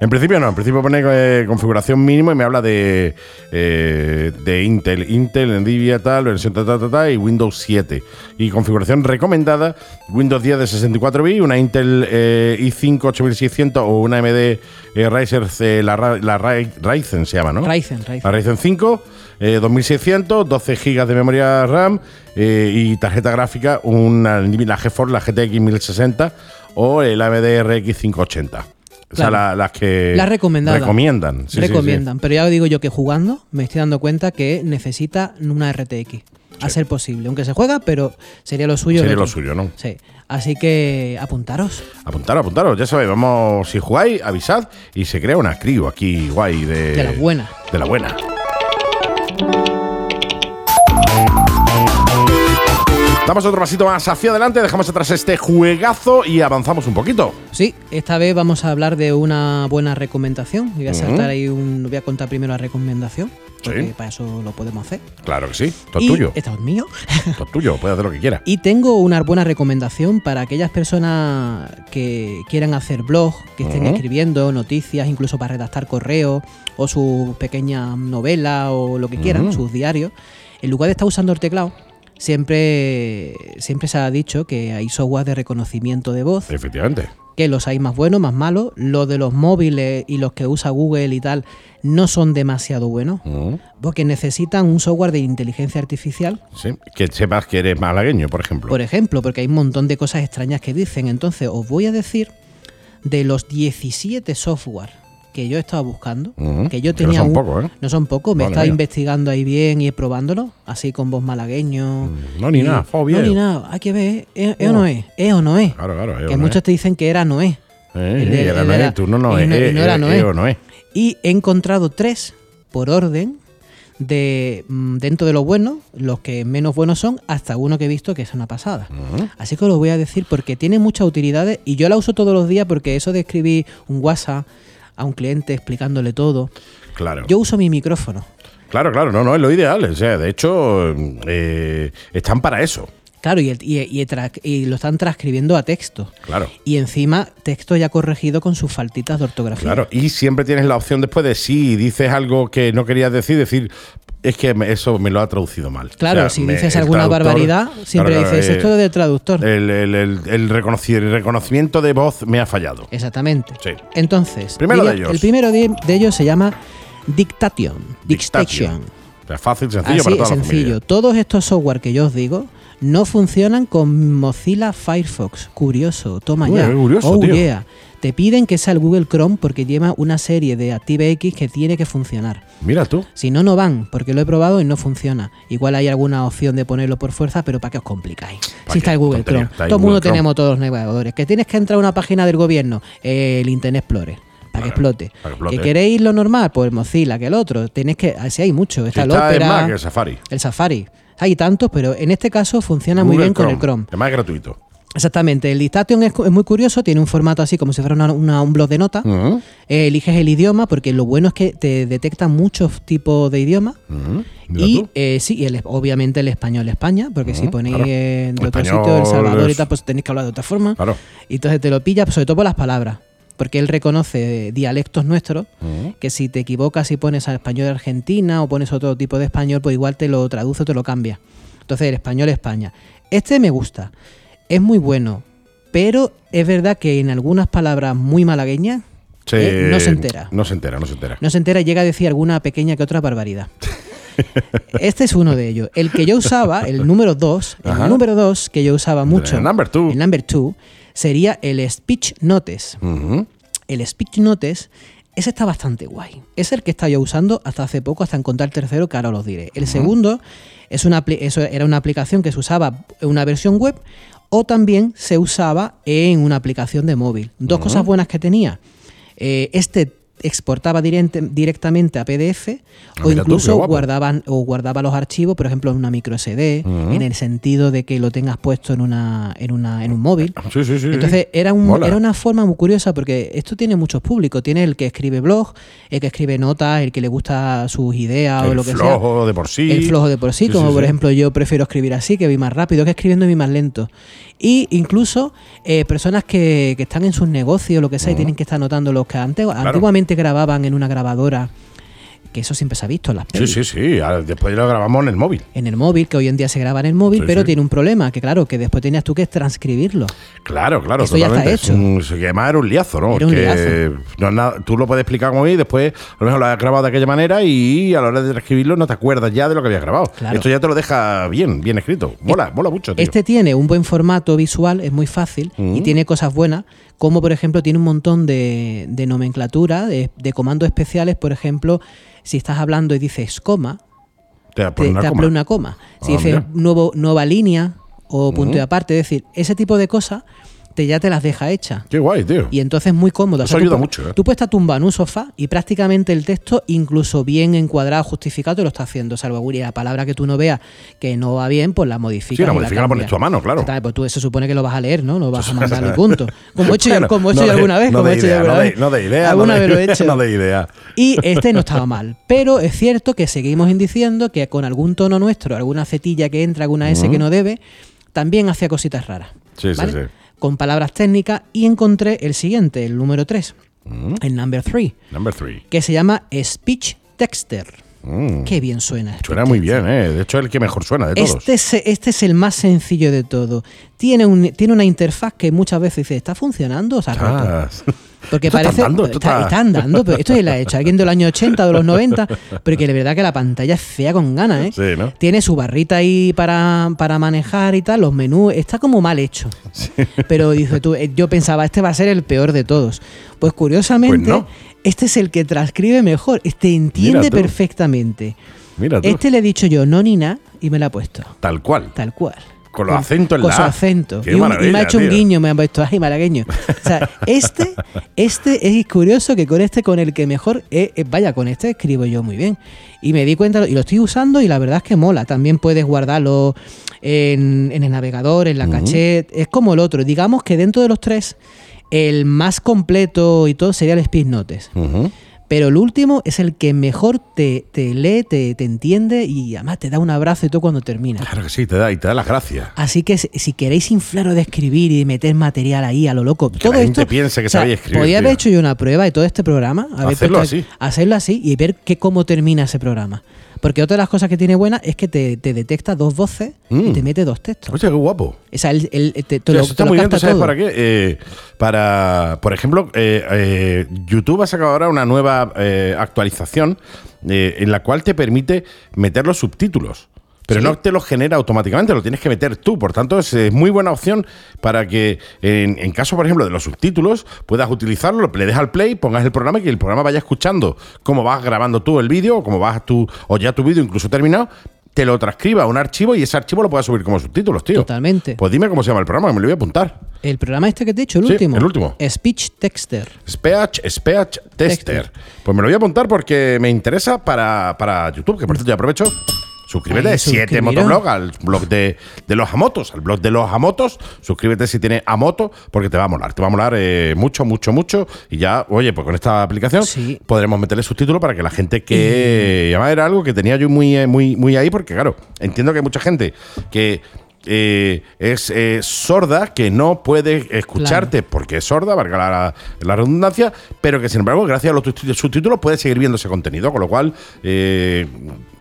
en principio no, en principio pone eh, configuración mínimo y me habla de, eh, de Intel, Intel, Nvidia tal, versión ta, ta, ta, ta, y Windows 7. Y configuración recomendada, Windows 10 de 64 bits, una Intel eh, i5 8600 o una AMD eh, Ryzen, eh, la, Ra- la Ra- Ryzen se llama, ¿no?
Ryzen, Ryzen.
La Ryzen 5, eh, 2600, 12 GB de memoria RAM eh, y tarjeta gráfica, una, la GeForce, la GTX 1060 o el AMD RX 580. O sea,
Claro.
la- las que
Las recomendadas.
recomiendan. Sí, sí, sí.
recomiendan. Pero ya os digo yo que jugando me estoy dando cuenta que necesita una RTX. A ser posible. Aunque se juega, pero sería lo suyo.
Sería
el
lo
otro.
suyo, ¿no?
Sí. Así que apuntaros.
Apuntaros, apuntaros, ya sabéis, vamos, si jugáis, avisad y se crea una criba aquí guay de...
De las buenas.
De la buena. Damos otro pasito más hacia adelante, dejamos atrás este juegazo y avanzamos un poquito.
Sí, esta vez vamos a hablar de una buena recomendación. Voy a
Ujú.
saltar ahí un. Voy a contar primero la recomendación. Porque
Sí.
para eso lo podemos hacer.
Claro que sí, esto es
Y-
tuyo,
Esto es mío.
esto es tuyo, puedes hacer lo que quieras.
Y tengo una buena recomendación para aquellas personas que quieran hacer blog, que estén
Ujú.
escribiendo noticias, incluso para redactar correos o sus pequeñas novelas o lo que quieran,
Ujú.
sus diarios. En lugar de estar usando el teclado, siempre, siempre se ha dicho que hay software de reconocimiento de voz,
Efectivamente.
que los hay más buenos, más malos. Los de los móviles y los que usa Google y tal no son demasiado buenos,
Ujú.
porque necesitan un software de inteligencia artificial
Sí, Que sepas que eres malagueño, por ejemplo.
por e- ejemplo, porque hay un montón de cosas extrañas que dicen. Entonces, os voy a decir de los 17 software que yo estaba buscando,
Ujú.
que yo
Mm. Que no
tenía
son
un-
pocos, ¿eh?
No son pocos, me
Madre
estaba
mía.
investigando ahí bien y probándolo, así con voz malagueño.
No, Mm. ni
Y-
nada, fo, bien.
No, ni nada, hay que ver, ¿eh, eh o
No.
no es? ¿Eh o no es?
Claro, claro. eh,
que
o no
muchos
es.
te dicen que era Noé.
Eh,
el
eh,
de-
era
el
Noé,
de la-
tú no, no,
y no-
eh,
y no era
eh,
Noé.
eh, o no es.
Y he encontrado tres por orden de mm, dentro de los buenos, los que menos buenos son, hasta uno que he visto que es una pasada.
Ujú.
Así que os lo voy a decir porque tiene muchas utilidades y yo la uso todos los días porque eso de escribir un WhatsApp a un cliente explicándole todo.
Claro.
Yo uso mi micrófono.
Claro, claro, no, no es lo ideal. O sea, de hecho, eh, están para eso.
Claro, y, el- y- y tra- y lo están transcribiendo a texto.
Claro.
Y encima, texto ya corregido con sus faltitas de ortografía.
Claro. Y siempre tienes la opción después de si dices algo que no querías decir, decir. Es que me- eso me lo ha traducido mal.
Claro,
O sea,
si
me-
dices
el
alguna
traductor-
barbaridad, siempre
Claro, claro,
dices
eh,
esto de traductor.
El, el- el- el reconoci- el reconocimiento de voz me ha fallado.
Exactamente.
Sí.
Entonces,
Primero de ellos.
el primero de, de ellos se llama Dictation.
Dictation.
Dictation.
O sea, fácil, sencillo
Así
para toda la
sencillo.
familia.
Todos estos software que yo os digo no funcionan con Mozilla Firefox. Curioso, toma
Uy,
ya.
qué curioso,
oh
tío.
yeah. Te piden que sea el Google Chrome porque lleva una serie de ActiveX que tiene que funcionar.
Mira tú.
Si no, no van, porque lo he probado y no funciona. Igual hay alguna opción de ponerlo por fuerza, pero ¿para qué os complicáis?
¿Pa
Si
qué?
está el Google
Tontería,
Chrome.
está ahí
Todo el mundo
Google Chrome.
tenemos todos los navegadores. Que tienes que entrar a una página del gobierno, eh, el Internet Explorer. Para que,
Claro,
explote.
para que explote.
que queréis lo normal, pues el Mozilla, que el otro. Tenéis que. Así hay mucho.
Si
Está el
está en
Opera,
Mac, en Safari.
el Safari. Hay tantos, pero en este caso funciona muy
Google
bien con el Chrome.
Además es gratuito.
Exactamente. El Dictation es, cu- es muy curioso, tiene un formato así como si fuera una- una- un blog de notas.
Ujú.
Eh, eliges el idioma, porque lo bueno es que te detecta muchos tipos de idiomas.
Ujú. mm, Mira
Y
tú.
eh, sí, y el- obviamente el español España, porque si
Ujú,
ponéis
claro.
en
El
otro
español
sitio El Salvador y
es-
tal, pues tenéis que hablar de otra forma.
Claro.
Y entonces te lo pilla, sobre todo por las palabras, porque él reconoce dialectos nuestros,
Ujú.
que si te equivocas y pones al español de Argentina o pones otro tipo de español, pues igual te lo traduce o te lo cambia. Entonces el español España. Este me gusta, es muy bueno, pero es verdad que en algunas palabras muy malagueñas eh, no se entera.
No se entera, no se entera.
no se entera y llega a decir alguna pequeña que otra barbaridad. Este es uno de ellos. El que yo usaba, el número 2, el
Ajá.
número 2 que yo usaba mucho,
El number two.
el number 2, sería el Speech Notes.
Ujú.
El Speech Notes, ese está bastante guay. Es el que estaba yo usando hasta hace poco, hasta encontrar el tercero, que ahora os diré. El segundo es una, apli- eso era una aplicación que se usaba en una versión web o también se usaba en una aplicación de móvil. Dos cosas buenas que tenía. Eh, este exportaba direct- directamente a PDF o
Ah, mira tú, qué
incluso
guapo.
guardaban o guardaba los archivos, por ejemplo, en una micro SD,
Ujú.
en el sentido de que lo tengas puesto en una, en una, en un móvil.
Sí, sí, sí, sí.
Entonces era, un-
Mola.
era una forma muy curiosa porque esto tiene muchos públicos. Tiene el que escribe blog, el que escribe notas, el que le gusta sus ideas o
El
lo que sea.
flojo de por sí.
El flojo de por sí,
Sí,
como
sí,
por
sí.
ejemplo yo prefiero escribir así, que voy más rápido, que escribiendo voy más lento. Y incluso eh, personas que, que están en sus negocios, lo que
Mm.
sea, y tienen que estar anotando los que antes, antiguamente grababan en una grabadora, que eso siempre se ha visto en las
Sí,
pelis.
sí, sí. Ahora, después lo grabamos en el móvil.
En el móvil, que hoy en día se graba en el móvil,
Sí,
pero
sí.
tiene un problema, que claro, que después tenías tú que transcribirlo.
Claro, claro.
Esto ya está
totalmente. Es
hecho.
un- sí, que además era un liazo, ¿no?
Era un
Que
liazo.
no es nada- tú lo puedes explicar como es y después a lo mejor lo has grabado de aquella manera y a la hora de transcribirlo no te acuerdas ya de lo que habías grabado.
Claro.
Esto ya te lo deja bien, bien escrito. Mola, mola mucho, tío.
Este tiene un buen formato visual, es muy fácil
Mm.
y tiene cosas buenas, como por ejemplo tiene un montón de, de nomenclatura, de, de comandos especiales, por ejemplo, si estás hablando y dices coma,
Te va a poner
te,
una
te
coma.
abre una coma. Si
Ah,
dices
mira. Mm.
nuevo, nueva línea o punto
Ujú.
y aparte, es decir, ese tipo de cosas te, ya te las deja hechas.
Qué guay, tío.
Y entonces muy cómodo.
Eso
tú
ayuda
pu-
mucho, ¿eh?
Tú puedes estar tumbado en un sofá y prácticamente el texto, incluso bien encuadrado, justificado, te lo está haciendo. Salvo que la palabra que tú no veas que no va bien, pues la modificas.
Sí, la
y
modificas, la pones
cambias.
tú a mano, claro.
Exactamente, Pues tú se supone que lo vas a leer, ¿no? Lo vas a mandar y punto. Como he hecho, yo-
Bueno,
como he hecho
no
yo
de-
alguna vez.
No
como
de
he hecho yo
idea, no
alguna
de-
vez.
no de idea. no
Alguna
de-
vez lo he hecho.
No de idea.
Y este no estaba mal. Pero es cierto que seguimos indiciendo que con algún tono nuestro, alguna cetilla que entra, alguna S que no debe, también hacía cositas raras.
Sí, sí, sí.
Con palabras técnicas y encontré el siguiente, el número 3,
Mm.
el number 3,
Number three.
que se llama Speech Texter.
Mm.
Qué bien suena.
Suena muy bien, ¿eh? De hecho, es el que mejor suena de todos.
Este es, este es el más sencillo de todo. Tiene, un, tiene una interfaz que muchas veces dice, ¿está funcionando o se ha roto?
Chas.
Porque
Ah, Esto está
parece.
andando, esto
está,
está-
está andando, pero esto ya lo ha hecho alguien de los años 80, de los 90, pero que la verdad que la pantalla es fea con ganas, ¿eh?
Sí, ¿no?
Tiene su barrita ahí para, para manejar y tal, los menús, está como mal hecho. Pero dice tú, eh, yo pensaba, este va a ser el peor de todos. Pues curiosamente,
Pues no.
este es el que transcribe mejor, este entiende
tú.
perfectamente.
Mira tú.
Este le he dicho yo, no ni na, y me la ha puesto,
Tal cual.
tal cual.
Con los acentos en
Con
la
su
A.
acento.
Qué
Y, un- y me
maravilla,
ha hecho un
tío.
guiño, me ha puesto, ay, malagueño. O sea, este, este es curioso que con este, con el que mejor, eh, eh, vaya, con este escribo yo muy bien. Y me di cuenta, y lo estoy usando, y la verdad es que mola. También puedes guardarlo en, en el navegador, en la caché. Es como el otro. Digamos que dentro de los tres, el más completo y todo sería el Speed Notes.
Ujú.
Pero el último es el que mejor te, te lee, te, te entiende y además te da un abrazo y todo cuando termina.
Claro que sí, te da, y te da las gracias.
Así que si- si queréis inflaros de escribir y meter material ahí a lo loco, todo
la gente
esto.
piense que sabéis escribir,
Podía haber
tío.
hecho yo una prueba de todo este programa. haber
Hacerlo
puesto-
así.
Hacerlo así y ver que cómo termina ese programa. Porque otra de las cosas que tiene buena es que te, te detecta dos voces y
Mm.
te mete dos textos.
Oye, qué guapo.
O sea, él, él te, te
Tío,
lo,
eso
te
está
lo
muy bien, ¿tú
capta
sabes
todo.
para qué? Eh, para, por ejemplo, eh, eh, YouTube ha sacado ahora una nueva eh, actualización eh, en la cual te permite meter los subtítulos. Pero no te los genera automáticamente, lo tienes que meter tú. Por tanto, es, eh, muy buena opción para que, en, en caso, por ejemplo, de los subtítulos, puedas utilizarlo, le des al play, pongas el programa y que el programa vaya escuchando cómo vas grabando tú el vídeo, o cómo vas tú, o ya tu vídeo incluso terminado, te lo transcriba a un archivo y ese archivo lo puedas subir como subtítulos, tío.
Totalmente.
Pues dime cómo se llama el programa, que me lo voy a apuntar.
El programa este que te he dicho, el
Sí,
último.
el último.
Speech Texter.
Speech, Speech Tester.
Tester.
Pues me lo voy a apuntar porque me interesa para, para YouTube, que por cierto ya aprovecho. Suscríbete,
Ahí,
7
suscribieron.
Motoblog, al blog de, de los Amotos, al blog de los Amotos. Suscríbete si tienes Amoto, porque te va a molar. Te va a molar eh, mucho, mucho, mucho. Y ya, oye, pues con esta aplicación
Sí.
podremos meterle subtítulos para que la gente
Mm.
que. y además era algo que tenía yo muy, eh, muy, muy ahí, porque claro, entiendo que hay mucha gente que. eh, es eh, sorda que no puede escucharte porque es sorda, valga la, la redundancia, pero que sin embargo, gracias a los tut- subtítulos, puede seguir viendo ese contenido, con lo cual eh,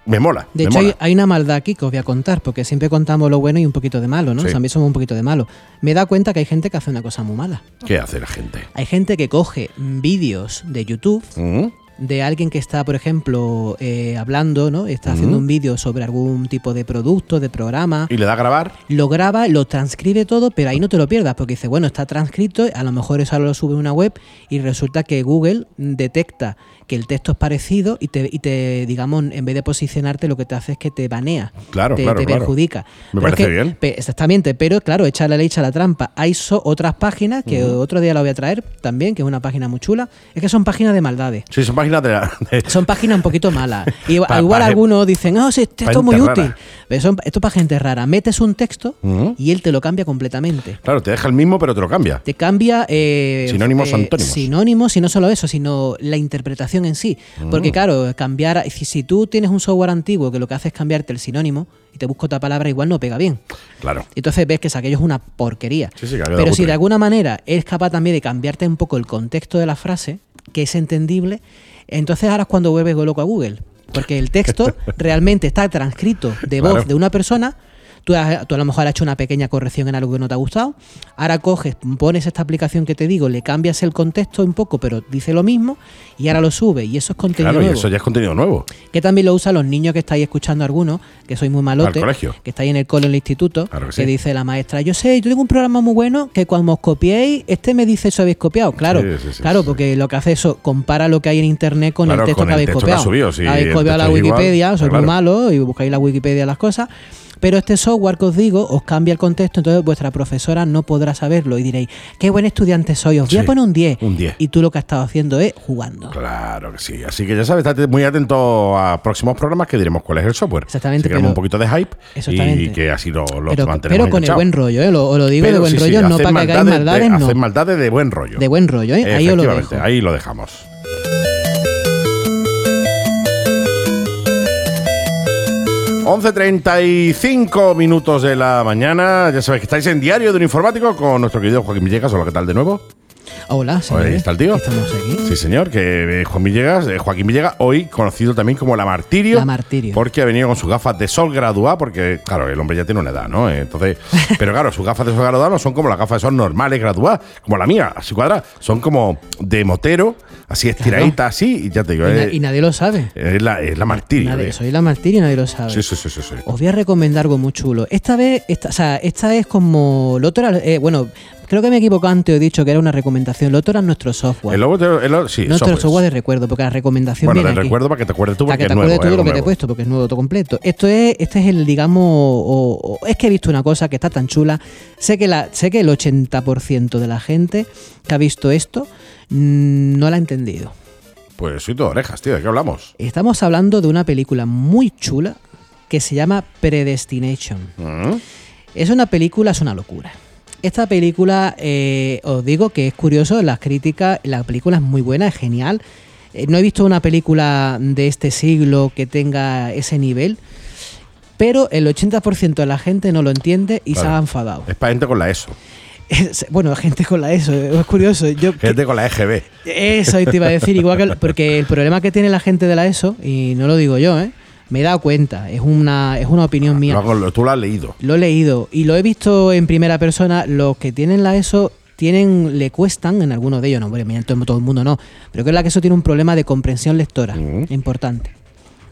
me mola.
De
me
hecho, hay,
mola.
hay una maldad aquí que os voy a contar, porque siempre contamos lo bueno y un poquito de malo, ¿no?
Sí.
También somos un poquito de malo. Me he dado cuenta que hay gente que hace una cosa muy mala.
¿Qué hace la gente?
Hay gente que coge vídeos de YouTube
¿Mm?
de alguien que está, por ejemplo, eh, hablando, ¿no? Está haciendo un vídeo sobre algún tipo de producto, de programa.
Y le da a grabar.
Lo graba, lo transcribe todo, pero ahí no te lo pierdas, porque dice, bueno, está transcrito, a lo mejor eso lo sube a una web y resulta que Google detecta que el texto es parecido y te, y te, digamos, en vez de posicionarte, lo que te hace es que te banea.
Claro,
te,
claro,
te
claro.
perjudica.
Me
Pero es
parece
que-
bien.
pe- exactamente, pero claro, echa la ley, echa la trampa. Hay so- otras páginas que otro día la voy a traer también, que es una página muy chula. Es que son páginas de maldades.
Sí, son páginas de, la- de-
Son páginas un poquito malas. Y igual
Pa-
igual
pa-
algunos dicen, ah, sí, esto
pa
es muy
gente
útil.
rara.
Pero son- esto es para gente rara. Metes un texto y él te lo cambia completamente.
Claro, te deja el mismo, pero te lo cambia.
Te cambia. eh,
Sinónimos,
eh,
antónimos.
Sinónimos, y no solo eso, sino la interpretación en sí.
Mm.
Porque, claro, cambiar. Si, si tú tienes un software antiguo que lo que hace es cambiarte el sinónimo y te busca otra palabra, igual no pega bien.
Claro.
Entonces ves que aquello es una porquería.
Sí, sí, que ha quedado
Pero si
cutre.
de alguna manera es capaz también de cambiarte un poco el contexto de la frase, que es entendible, entonces ahora es cuando vuelves loco a Google. Porque el texto realmente está transcrito de voz
Claro.
de una persona. Tú, has- tú a lo mejor has hecho una pequeña corrección en algo que no te ha gustado. Ahora coges, pones esta aplicación que te digo, le cambias el contexto un poco, pero dice lo mismo y ahora lo sube. Y eso es contenido
Claro, y
nuevo.
eso ya es contenido nuevo.
Que también lo usan los niños que estáis escuchando algunos, que sois muy malotes,
Al colegio.
que estáis en el cole, en el instituto,
Claro que sí.
dice la maestra, yo sé, yo tengo un programa muy bueno que cuando os copiéis, este me dice eso habéis copiado. Claro,
Sí, sí, sí,
claro,
sí.
porque lo que hace eso, compara lo que hay en internet con
Claro,
el texto
con
que
el
habéis
texto que
copiado.
ha subido, sí,
habéis
el
copiado la
texto es igual,
Wikipedia, sois
claro.
muy malos y buscáis la Wikipedia las cosas. Pero este software que os digo os cambia el contexto, entonces vuestra profesora no podrá saberlo y diréis, qué buen estudiante soy, os
Sí,
voy a poner un 10.
un 10.
Y tú lo que has estado haciendo es jugando.
Claro que sí. Así que ya sabes, estate muy atento a próximos programas que diremos cuál es el software.
Exactamente,
Si queremos
pero-
un poquito de hype y
Exactamente.
que así lo, lo
pero,
mantenemos.
pero con el
enganchado.
buen rollo, ¿eh? Lo, os lo digo
Pero
de buen
sí, sí,
rollo, no
hacer
para que hagáis
maldades de-
maldades, no.
Hacer maldades de buen rollo.
De buen rollo, ¿eh? Ahí os lo
Efectivamente,
dejo.
ahí lo dejamos. ...11.35 minutos de la mañana... ...ya sabéis que estáis en Diario de un Informático... ...con nuestro querido Joaquín Villegas... ...hola, ¿qué tal de nuevo?
Ah, Hola, señores.
Pues Ahí está el tío.
Estamos aquí.
Sí, señor, que eh, Juan Villegas, eh, Joaquín Villegas, hoy conocido también como La Martirio.
La Martirio.
Porque ha venido con sus gafas de sol graduada, porque, claro, el hombre ya tiene una edad, ¿no? Eh, Entonces, pero claro, sus gafas de sol graduadas no son como las gafas de sol normales graduadas, como la mía, así cuadradas. Son como de motero, así estiraditas, así, y ya te digo,
Y, na-
eh,
y nadie lo sabe.
es, la, es la Martirio.
Nadie-
eh.
soy la martirio y nadie lo sabe.
Sí, sí, sí, sí. sí.
Os voy a recomendar algo muy chulo. Esta vez, esta, o sea, esta es como. Lo otro era- eh, bueno, creo que me he equivocado antes, he dicho que era una recomendación. Lo otro era nuestro software.
El logo, te- el logo- sí,
nuestro
softwares.
software de recuerdo, porque la recomendación
Bueno,
viene
te
aquí.
recuerdo para que te acuerdes tú,
Para
porque
que te
es nuevo.
acuerdes tú
eh,
de lo
algo
que te he
nuevo.
puesto, porque es nuevo todo completo. Esto es, este es el, digamos, o- o- es que he visto una cosa que está tan chula. Sé que, la, sé que el 80% de la gente que ha visto esto mm, no la ha entendido.
Pues soy todo orejas, tío, ¿de qué hablamos?
Estamos hablando de una película muy chula que se llama Predestination.
Mm.
Es una película, es una locura. Esta película, eh, os digo que es curioso, las críticas, la película es muy buena, es genial. Eh, no he visto una película de este siglo que tenga ese nivel, pero el 80% de la gente no lo entiende y se
Claro.
ha enfadado.
Es para gente con la E ESO,
Es- bueno, gente con la ESO, eh, es curioso. Yo,
gente con la E EGB.
eso te iba a decir, igual que porque el problema que tiene la gente de la ESO, y no lo digo yo, ¿eh? me he dado cuenta, es una, es una opinión mía.
Lo hago- lo- tú lo has leído.
Lo he leído y lo he visto en primera persona. Los que tienen la ESO tienen, le cuestan, en algunos de ellos, no, hombre, mira, en todo, todo el mundo no, pero que la que eso tiene un problema de comprensión lectora
Mm.
importante.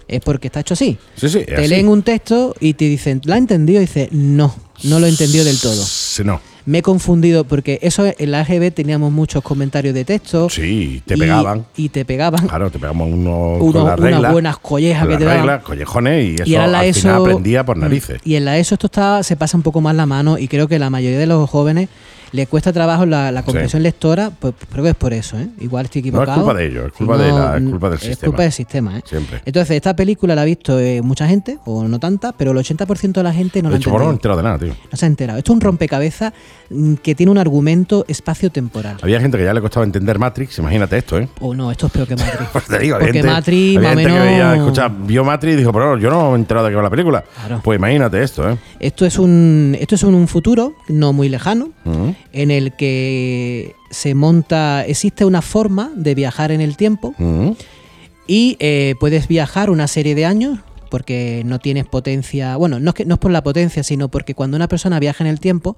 Es porque está hecho así.
Sí, sí. es
Te
así.
leen un texto y te dicen, ¿la ha entendido? Y dices, no, no lo he entendido del todo.
Sí, no.
Me he confundido porque eso en la AGB teníamos muchos comentarios de texto.
Sí, te
y-
pegaban.
Y te pegaban
Claro, te pegamos unos
uno-
con las reglas.
unas buenas collejas
con
que
las
te daban.
reglas, collejones, y eso
y ahora la
al
ESO
final aprendía por narices.
Mm, Y en la ESO esto está, se pasa un poco más la mano y creo que la mayoría de los jóvenes le cuesta trabajo la, la comprensión lectora, pues creo que es por eso, ¿eh? Igual estoy
No, es
equivocado.
culpa de ellos, es
Si
culpa, de
no, mm,
la- es culpa del
es
sistema.
culpa del sistema, ¿eh?
Siempre.
Entonces, esta película la ha visto eh, mucha gente, o no tanta, pero el 80% de la gente no
de
la ha
hecho, por no me he
entendido.
enterado de nada, tío.
No se ha enterado. Esto es un rompecabezas mm, que tiene un argumento espacio-temporal.
Había gente que ya le costaba entender Matrix, imagínate esto, ¿eh?
O no, esto es peor que Matrix.
Pues te digo,
Porque
había gente-
Matrix,
había
más o
gente que veía,
menos-
escucha, vio Matrix y dijo, pero yo no me he enterado de qué va la película.
Claro.
Pues imagínate esto, ¿eh?
Esto es un, esto es un, un futuro no muy lejano,
Mm.
en el que se monta, existe una forma de viajar en el tiempo
Mm.
y eh, puedes viajar una serie de años porque no tienes potencia, bueno, no es, que, no es por la potencia, sino porque cuando una persona viaja en el tiempo,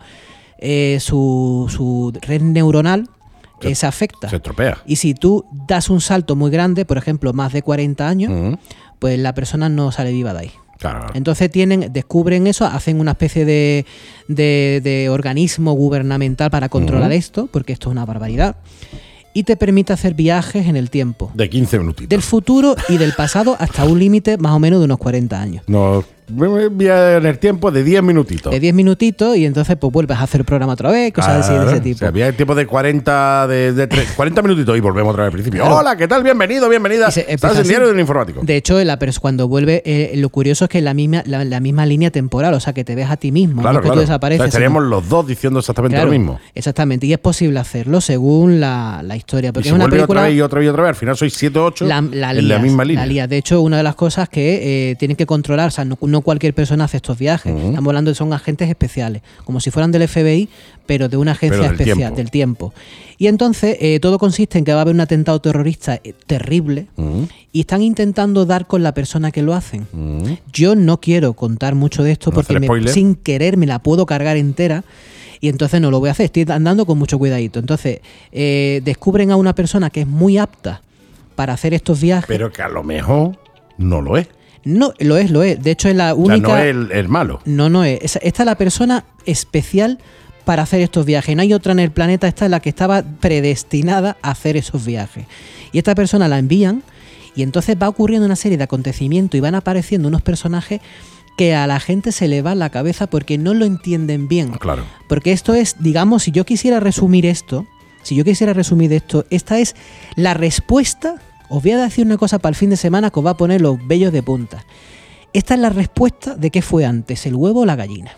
eh, su, su red neuronal eh,
Se-
se afecta.
Se estropea.
Y si tú das un salto muy grande, por ejemplo, más de 40 años,
Mm.
pues la persona no sale viva de ahí.
Claro.
Entonces tienen, descubren eso, hacen una especie de, de- de organismo gubernamental para controlar
Ujú.
esto, porque esto es una barbaridad, y te permite hacer viajes en el tiempo,
De 15 minutitos.
del futuro y del pasado hasta un límite más o menos de unos 40 años.
No, me- me voy a tener tiempo de 10 minutitos.
De 10 minutitos y entonces pues vuelves a hacer el programa otra vez, cosas así de
Claro.
ese
O
tipo.
sea, había el tiempo de 40, de, de tre- 40 minutitos y volvemos otra vez al principio.
Claro.
Hola, ¿qué tal? Bienvenido, bienvenida.
Y se empieza
Estás en
así.
Diario del Informático.
De hecho, la pers- cuando vuelve, eh, lo curioso es que la misma, la, la misma línea temporal, o sea, que te ves a ti mismo, no
claro,
es que
claro.
tú desapareces.
O sea,
sino-
estaríamos los dos diciendo exactamente
Claro,
lo mismo.
Exactamente, y es posible hacerlo según la, la
Y
historia,
se
porque es una
vuelve
película...
otra vez y otra vez y otra vez. Al final soy 7 8
la, la
en la
lías,
misma línea.
lías. De hecho, una de las cosas que eh, tienen que controlar, o sea, no, no no cualquier persona hace estos viajes. Estamos hablando de son agentes especiales, como si fueran del FBI, pero de una agencia
Pero del
especial,
tiempo.
del tiempo. Y entonces eh, todo consiste en que va a haber un atentado terrorista eh, terrible
Mm,
y están intentando dar con la persona que lo hacen.
mm.
Yo no quiero contar mucho de esto
No
porque
hacer
me-
spoiler.
sin querer me la puedo cargar entera y entonces no lo voy a hacer. Estoy andando con mucho cuidadito. Entonces eh, descubren a una persona que es muy apta para hacer estos viajes.
Pero que a lo mejor no lo es.
no, lo es, lo es. De hecho es la
O sea,
única...
no es el, el malo.
No, no es. Esa- Esta es la persona especial para hacer estos viajes. No hay otra en el planeta. Esta es la que estaba predestinada a hacer esos viajes. Y esta persona la envían y entonces va ocurriendo una serie de acontecimientos y van apareciendo unos personajes que a la gente se le va la cabeza porque no lo entienden bien.
Claro.
Porque esto es, digamos, si yo quisiera resumir esto, si yo quisiera resumir esto, esta es la respuesta. Os voy a decir una cosa para el fin de semana que os va a poner los vellos de punta. Esta es la respuesta de qué fue antes, el huevo o la gallina,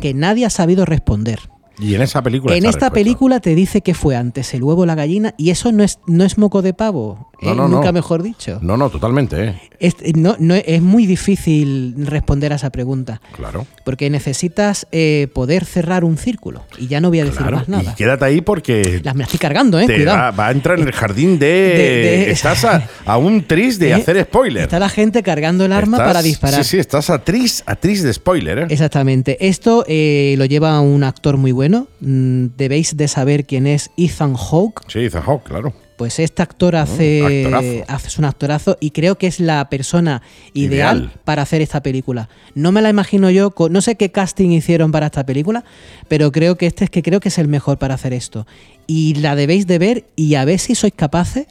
que nadie ha sabido responder.
Mm. Y en esa película.
En
está
esta
respuesta.
película te dice que fue antes, el huevo o la gallina, y eso no es, no es moco de pavo,
No,
¿eh?
no, no.
nunca mejor dicho.
No, no, totalmente, ¿eh?
Es, no- no- es muy difícil responder a esa pregunta,
Claro.
porque necesitas eh, poder cerrar un círculo, y ya no voy a decir
Claro.
más nada.
Y quédate ahí porque
Las me las estoy cargando, eh.
te
Cuidado.
va, va a entrar en el jardín de.
de-
estás a, a un tris de
Eh,
hacer spoiler.
Está la gente cargando el arma
Estás-
para disparar.
Sí, sí, estás a tris, a tris de spoiler, ¿eh?
Exactamente. Esto eh, lo lleva un actor muy bueno. Mm, Debéis de saber quién es Ethan Hawke.
Sí, dice Hawk, claro.
Pues este actor hace,
Oh, actorazo.
hace- es un actorazo y creo que es la persona ideal,
Ideal.
para hacer esta película. No me la imagino yo, con- no sé qué casting hicieron para esta película, pero creo que este es que creo que es el mejor para hacer esto. Y la debéis de ver y a ver si sois capaces.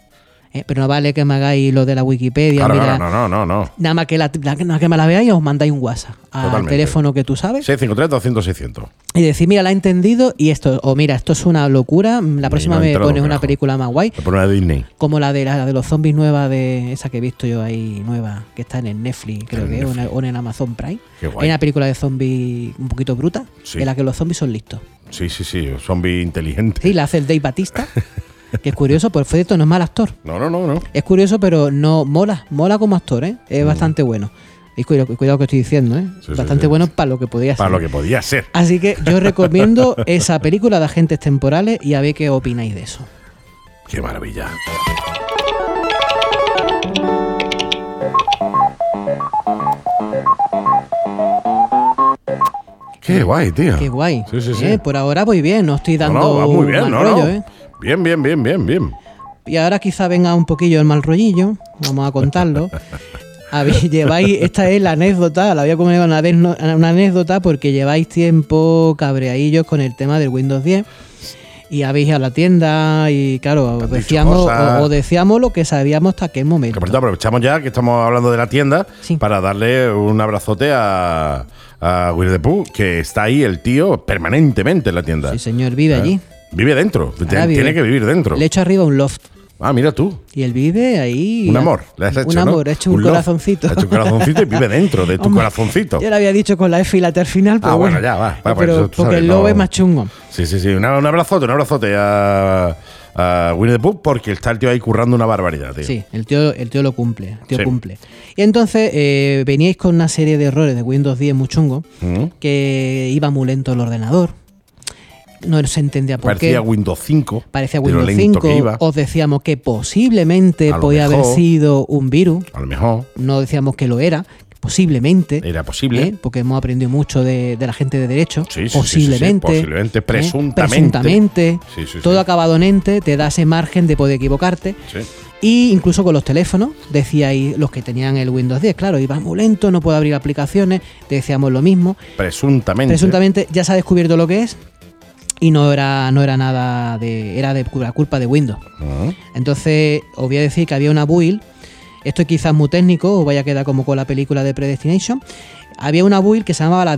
eh, pero no vale que me hagáis lo de la Wikipedia,
Claro,
mira,
claro, no, no, no, no.
Nada más que la, la- nada más que me la veáis, os mandáis un WhatsApp al
Totalmente.
teléfono que tú sabes
653 200 600.
y decir, mira, la he entendido y esto, o mira, esto es una locura, la próxima
no
me
entra lo
pones una
carajo.
película más guay,
La prueba de Disney.
como la de la, de los zombies nueva, de esa que he visto yo ahí nueva, que está en el Netflix, creo
En
que, es, o en-
Netflix.
o en el Amazon Prime.
Qué guay.
Hay una película de zombies un poquito bruta,
Sí.
en la que los zombies son listos.
Sí, sí, sí, zombie inteligente.
Sí, la hace el Dave Batista, que es curioso, por cierto, no es mal actor.
No, no, no, no.
Es curioso, pero no mola, mola como actor, ¿eh? Es bastante bueno. Y cuidado, cuidado que estoy diciendo, ¿eh?
Mm. Sí, sí,
bastante
sí.
bueno para lo que podía ser.
Para lo que podía ser.
Así que yo recomiendo esa película de agentes temporales y a ver qué opináis de eso.
Qué maravilla. Qué guay, tío.
Qué guay.
Ah. Sí, sí, sí.
¿eh? Por ahora voy bien, no estoy
No,
dando
no, va muy bien,
mal
no,
rollo,
no.
¿eh?
Bien, bien, bien, bien, bien.
Y ahora quizá venga un poquillo el mal rollillo, vamos a contarlo. A ver, lleváis, esta es la anécdota, la voy a poner una, vez no- una anécdota porque lleváis tiempo cabreadillos con el tema del Windows 10 y habéis ido a la tienda y claro, os
dicho
decíamos,
cosas.
o- os decíamos lo que sabíamos hasta aquel
Que
momento.
por cierto, aprovechamos ya que estamos hablando de la tienda
Sí.
para darle un abrazote a, a Will the Pooh, que está ahí el tío permanentemente en la tienda.
Sí, señor, vive
Ah,
allí.
Vive dentro, tiene,
vive.
tiene que vivir dentro.
Le echo arriba un loft.
Ah, mira tú.
Y él vive ahí.
Un amor, le has hecho,
Un
¿no?
amor, he hecho un,
love.
corazoncito.
Has hecho un corazoncito y vive dentro de tu
Hombre,
corazoncito.
Yo lo había dicho con la F y la T al final, pero
Ah, bueno,
bueno.
ya, va, va,
Pero
pues eso tú
porque
sabes,
el lobo
no-
es más chungo.
Sí, sí, sí. Una- un abrazote, un abrazote a, a Winnie the Pooh porque está el tío ahí currando una barbaridad, tío.
Sí, el tío, el tío lo cumple, el tío
Sí.
cumple. Y entonces eh, veníais con una serie de errores de Windows 10 muy chungo,
¿Mm?
que iba muy lento el ordenador, no se entendía por
Parecía
qué.
Windows 5.
Parecía
de lo
Windows
lento que
5,
iba.
os decíamos que posiblemente
A lo
podía haber
mejor.
sido un virus,
A lo mejor
no decíamos que lo era, posiblemente.
era posible.
¿eh? porque hemos aprendido mucho de, de la gente de derecho.
Sí, sí, sí, sí,
posiblemente.
sí, posiblemente,
¿eh?
presuntamente.
Presuntamente.
Sí, sí, sí.
Todo acabado en ente, te da ese margen de poder equivocarte.
Sí.
Y incluso con los teléfonos, decíais los que tenían el Windows 10, claro, iba muy lento, no puedo abrir aplicaciones, decíamos lo mismo.
Presuntamente.
Presuntamente ya se ha descubierto lo que es y no era, no era nada de. era de cu- la culpa de Windows.
¿Mm?
Entonces, os voy a decir que había una build. Esto quizás es muy técnico, os vaya a quedar como con la película de Predestination. Había una build que se llamaba la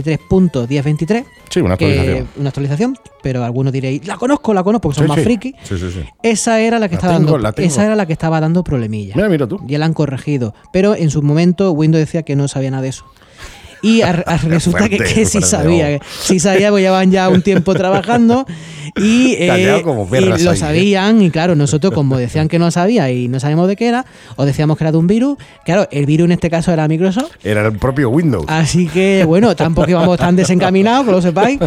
19043.1023,
Sí, una
que
actualización.
una actualización, pero algunos diréis, la conozco, la conozco, porque son
Sí,
más
sí.
friki.
Sí, sí, sí.
Esa era la que
La
estaba
tengo, la
dando,
tengo.
esa era la que estaba dando problemillas.
Mira, mira tú.
Ya la han corregido, pero en su momento Windows decía que no sabía nada de eso. Y a- a- resulta que,
fuerte,
que sí
parece,
sabía,
vamos.
que sí sabía, pues llevaban ya un tiempo trabajando y, eh,
Callado como perra
y lo
soy, ¿eh?
sabían. Y claro, nosotros como decían que no sabía y no sabíamos de qué era, o decíamos que era de un virus, claro, el virus en este caso era Microsoft.
Era el propio Windows.
Así que, bueno, tampoco íbamos tan desencaminados, que lo sepáis.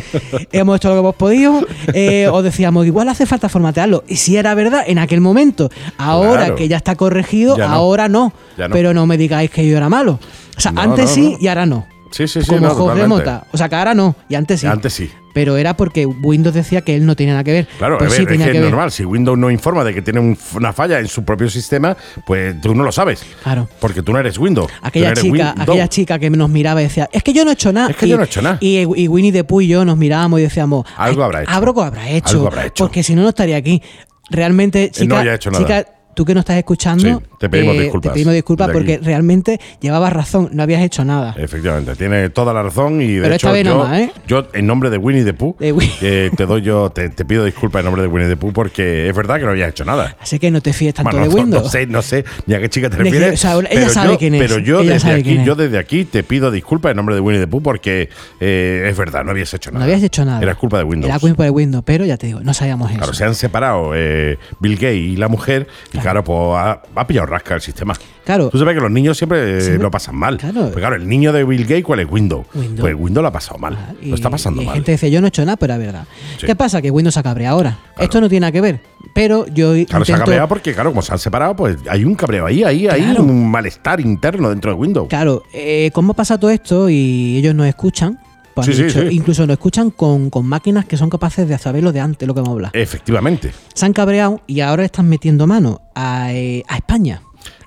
Hemos hecho lo que hemos podido. Eh, os decíamos, igual hace falta formatearlo. Y si era verdad en aquel momento. Ahora
Claro.
que ya está corregido,
Ya no.
ahora no.
Ya no.
Pero no me digáis que yo era malo. O sea,
No,
antes
no,
sí
no.
y ahora no.
Sí, sí, sí.
Como
no,
Jorge
totalmente.
Mota. O sea, que ahora no, y antes sí.
Antes sí.
Pero era porque Windows decía que él no tenía nada que ver.
Claro,
pues
a
sí
ver,
tenía
es
que,
que es
ver.
normal. Si Windows no informa de que tiene un- una falla en su propio sistema, pues tú no lo sabes.
Claro.
Porque tú no eres Windows. tú no
Aquella
eres
chica,
Windows.
aquella chica que nos miraba y decía, es que yo no he hecho nada.
Es que
Y-
yo no he hecho nada.
Y, y Winnie the Pooh y yo nos mirábamos y decíamos,
Algo
"Ay,
habrá hecho.
Algo habrá hecho.
Algo habrá hecho".
Porque si no, no estaría aquí. Realmente, chica,
no haya hecho nada.
chica, tú que no estás escuchando, eh,
Sí, te pedimos disculpas.
te pedimos disculpas
Desde
porque
aquí. Eh,
realmente llevabas razón, no habías hecho nada.
Efectivamente, tiene toda la razón y de
Pero esta
hecho
vez no
yo,
más, ¿eh?
yo, en nombre de Winnie the Pooh
De Win-
eh, te doy yo te, te pido disculpas en nombre de Winnie the Pooh porque es verdad que no había hecho nada.
Así que no te fíes tanto
Bueno,
de
no-
Windows.
No, sé, no sé ni a qué chica te
De que-
refieres.
o sea, ella
pero
sabe
yo,
quién es,
Pero yo
ella
desde,
sabe quién
aquí,
es.
yo desde aquí te pido disculpas en nombre de Winnie the Pooh porque eh, es verdad, no habías hecho
No
nada.
habías hecho nada.
Era culpa de Windows.
Era culpa de Windows, pero ya te digo, no sabíamos eso.
Claro, se han separado eh, Bill Gates y la mujer, y claro, pues ha, ha pillado rasca el sistema.
Claro.
Tú sabes que los niños siempre eh,
Siempre-
lo pasan mal.
Claro.
Pues claro, el niño de Bill Gates, ¿cuál es Windows?
Windows. Ah,
Pues Windows lo ha pasado mal.
Y-
lo está pasando
y
mal.
gente dice, yo no he hecho nada, pero es verdad.
Sí.
¿Qué pasa? Que Windows se cabrea ahora. Esto no tiene nada que ver. Pero yo
Claro, se ha
intento...
cabreado porque, claro, como se han separado, pues hay un cabreo ahí, ahí, hay
Claro.
un malestar interno dentro de Windows.
Claro, eh, ¿cómo pasa todo esto? Y ellos nos escuchan. pues
Sí,
han
sí,
dicho-
sí.
Incluso nos escuchan con, con máquinas que son capaces de saber lo de antes, lo que hemos hablado.
Eh. Efectivamente.
Se han cabreado y ahora le están metiendo mano a, eh, a España.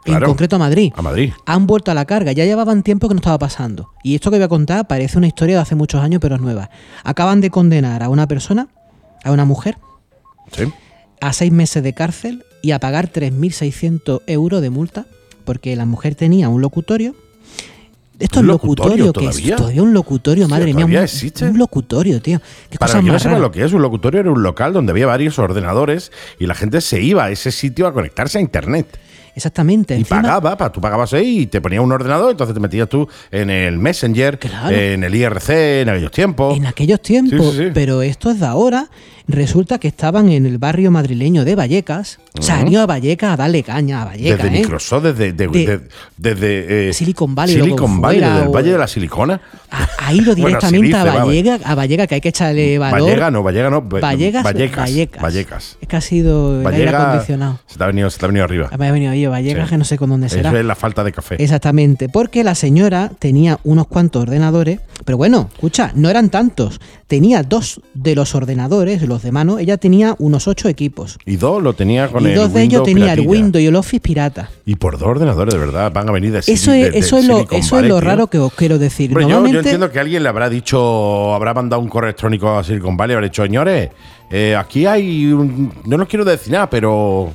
En
Claro.
concreto a Madrid.
A Madrid.
han vuelto a la carga. Ya llevaban tiempo que no estaba pasando. Y esto que voy a contar parece una historia de hace muchos años, pero es nueva. Acaban de condenar a una persona, a una mujer,
Sí.
a seis meses de cárcel y a pagar 3.600 euros de multa porque la mujer tenía un locutorio. Esto es
¿Un
locutorio,
locutorio
que
todavía?
es todavía un locutorio,
Hostia,
madre mía.
¿todavía
un-
existe?
Un locutorio, tío. Qué
Para
cosa
los que no
más
sepan
rara.
lo que es, un locutorio era un local donde había varios ordenadores y la gente se iba a ese sitio a conectarse a Internet.
Exactamente.
Y
encima-
pagaba, pa- tú pagabas ahí y te ponías un ordenador, entonces te metías tú en el Messenger,
Claro.
en el IRC, en aquellos tiempos.
En aquellos
Sí,
tiempos,
sí, sí.
pero esto es de ahora. Resulta que estaban en el barrio madrileño de Vallecas. O sea, han ido a Vallecas a darle caña a Vallecas.
desde
¿eh?
Microsoft, desde, de-
De-
de- desde eh,
Silicon Valley,
Silicon
luego
Valley,
fuera,
del
o-
Valle de la Silicona.
Ha, ha ido
Bueno,
directamente
así dice,
a
va,
Vallecas, a Vallecas, que hay que echarle valor.
Vallega, no, Vallega no. Ve-
Vallecas,
Vallecas.
Vallecas.
Vallecas.
Es que ha sido el aire
Vallega-
acondicionado.
se, te ha venido, se te ha venido arriba.
Me ha venido ahí Vallecas,
Sí.
que no sé con dónde será.
Eso es la falta de café.
Exactamente, porque la señora tenía unos cuantos ordenadores, pero bueno, escucha, no eran tantos. Tenía dos de los ordenadores, los de mano, ella tenía unos ocho equipos.
Y dos lo tenía con
y
el
dos de ellos
Windows
tenía el
piratilla.
Windows y el Office pirata.
Y por dos ordenadores, de verdad, van a venir de
Eso
Sili-
es,
de- de
eso es lo,
Silicon
eso
Valley,
es lo
tío.
raro que os quiero decir.
Hombre, yo- yo,
Normalmente,
entiendo que alguien le habrá dicho, habrá mandado un correo electrónico a Silicon Valley, habrá dicho, señores, eh, aquí hay un- No nos quiero decir nada, pero.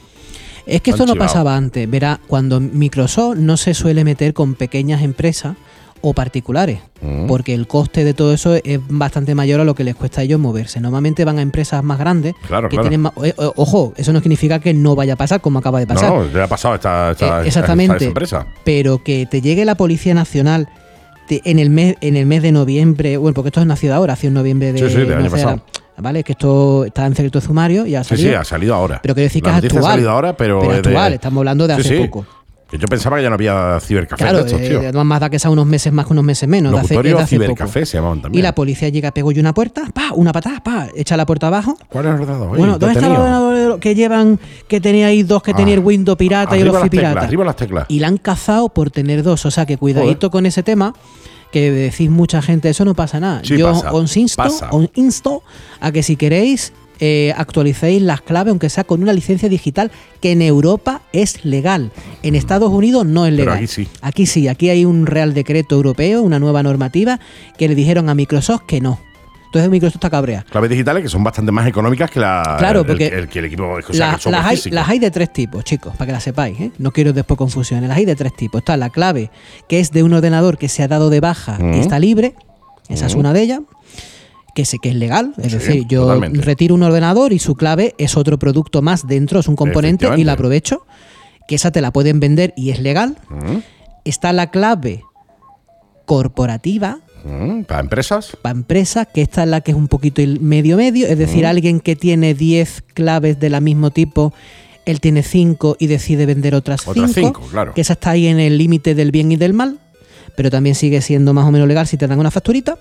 es que esto
han
no
chivado.
pasaba antes. Verá, cuando Microsoft no se suele meter con pequeñas empresas o particulares,
Mm.
porque el coste de todo eso es bastante mayor a lo que les cuesta a ellos moverse. Normalmente van a empresas más grandes
Claro,
que
claro.
tienen más- eh, o- Ojo, eso no significa que no vaya a pasar como acaba de pasar.
No, no, le ha pasado esta, esta-
Eh,
esta-
exactamente.
esta empresa.
Pero que te llegue la Policía Nacional te- en, el mes, en el mes de noviembre, bueno, porque esto es nacido ahora, hace un noviembre de,
Sí, sí, del
no
año
sé,
pasado.
era- Vale, que esto está en secreto sumario y ha
Sí,
salido.
sí, ha salido ahora.
Pero quiero decir que
La
es
noticia
actual.
ha salido ahora, pero.
Pero
es de-
actual, estamos hablando de
Sí,
hace
sí.
poco.
Que Yo pensaba que ya no había cibercafé
Claro,
de estos,
eh,
tío.
además más da que sea unos meses más que unos meses menos. de hace-
Locutorio
de hace poco.
cibercafé se llamaban también.
Y la policía llega, pego yo una puerta, pa, una patada, pa, echa la puerta abajo.
¿Cuál es el ordenador?
bueno, ¿dónde está el ordenador que llevan, que teníais dos, que tenía
Ah,
el Windows pirata y el
arriba
Office
las teclas,
pirata?
arriba las teclas.
Y la han cazado por tener dos, o sea que cuidadito
Joder.
con ese tema, que decís mucha gente, eso no pasa nada.
Sí,
yo
pasa,
os, insto,
pasa.
os insto a que si queréis eh, actualicéis las claves, aunque sea con una licencia digital, que en Europa es legal. En Estados Unidos no es
Pero
legal.
aquí sí.
Aquí sí, aquí hay un real decreto europeo, una nueva normativa, que le dijeron a Microsoft que no. Entonces Microsoft está cabrea.
Claves digitales que son bastante más económicas que la.
Claro,
el-
porque
El, que el equipo. O sea,
La-
que somos
las, hay,
físicos.
las hay de tres tipos, chicos, para que las sepáis. ¿eh? No quiero después confusiones. Las hay de tres tipos. Está la clave, que es de un ordenador que se ha dado de baja
Mm.
y está libre. Esa es una de ellas. Que, sé que es legal, es decir, yo
totalmente.
retiro un ordenador y su clave es otro producto más dentro, es un componente y
Efectivamente.
la aprovecho,
Mm,
que esa te la pueden vender y es legal. Está la clave corporativa
Mm, ¿Para empresas?
para empresas, que esta es la que es un poquito el medio medio, es decir, alguien que tiene 10 claves de la mismo tipo, él tiene 5 y decide vender otras
Otras
5,
cinco, claro.
que esa está ahí en el límite del bien y del mal, pero también sigue siendo más o menos legal si te dan una facturita.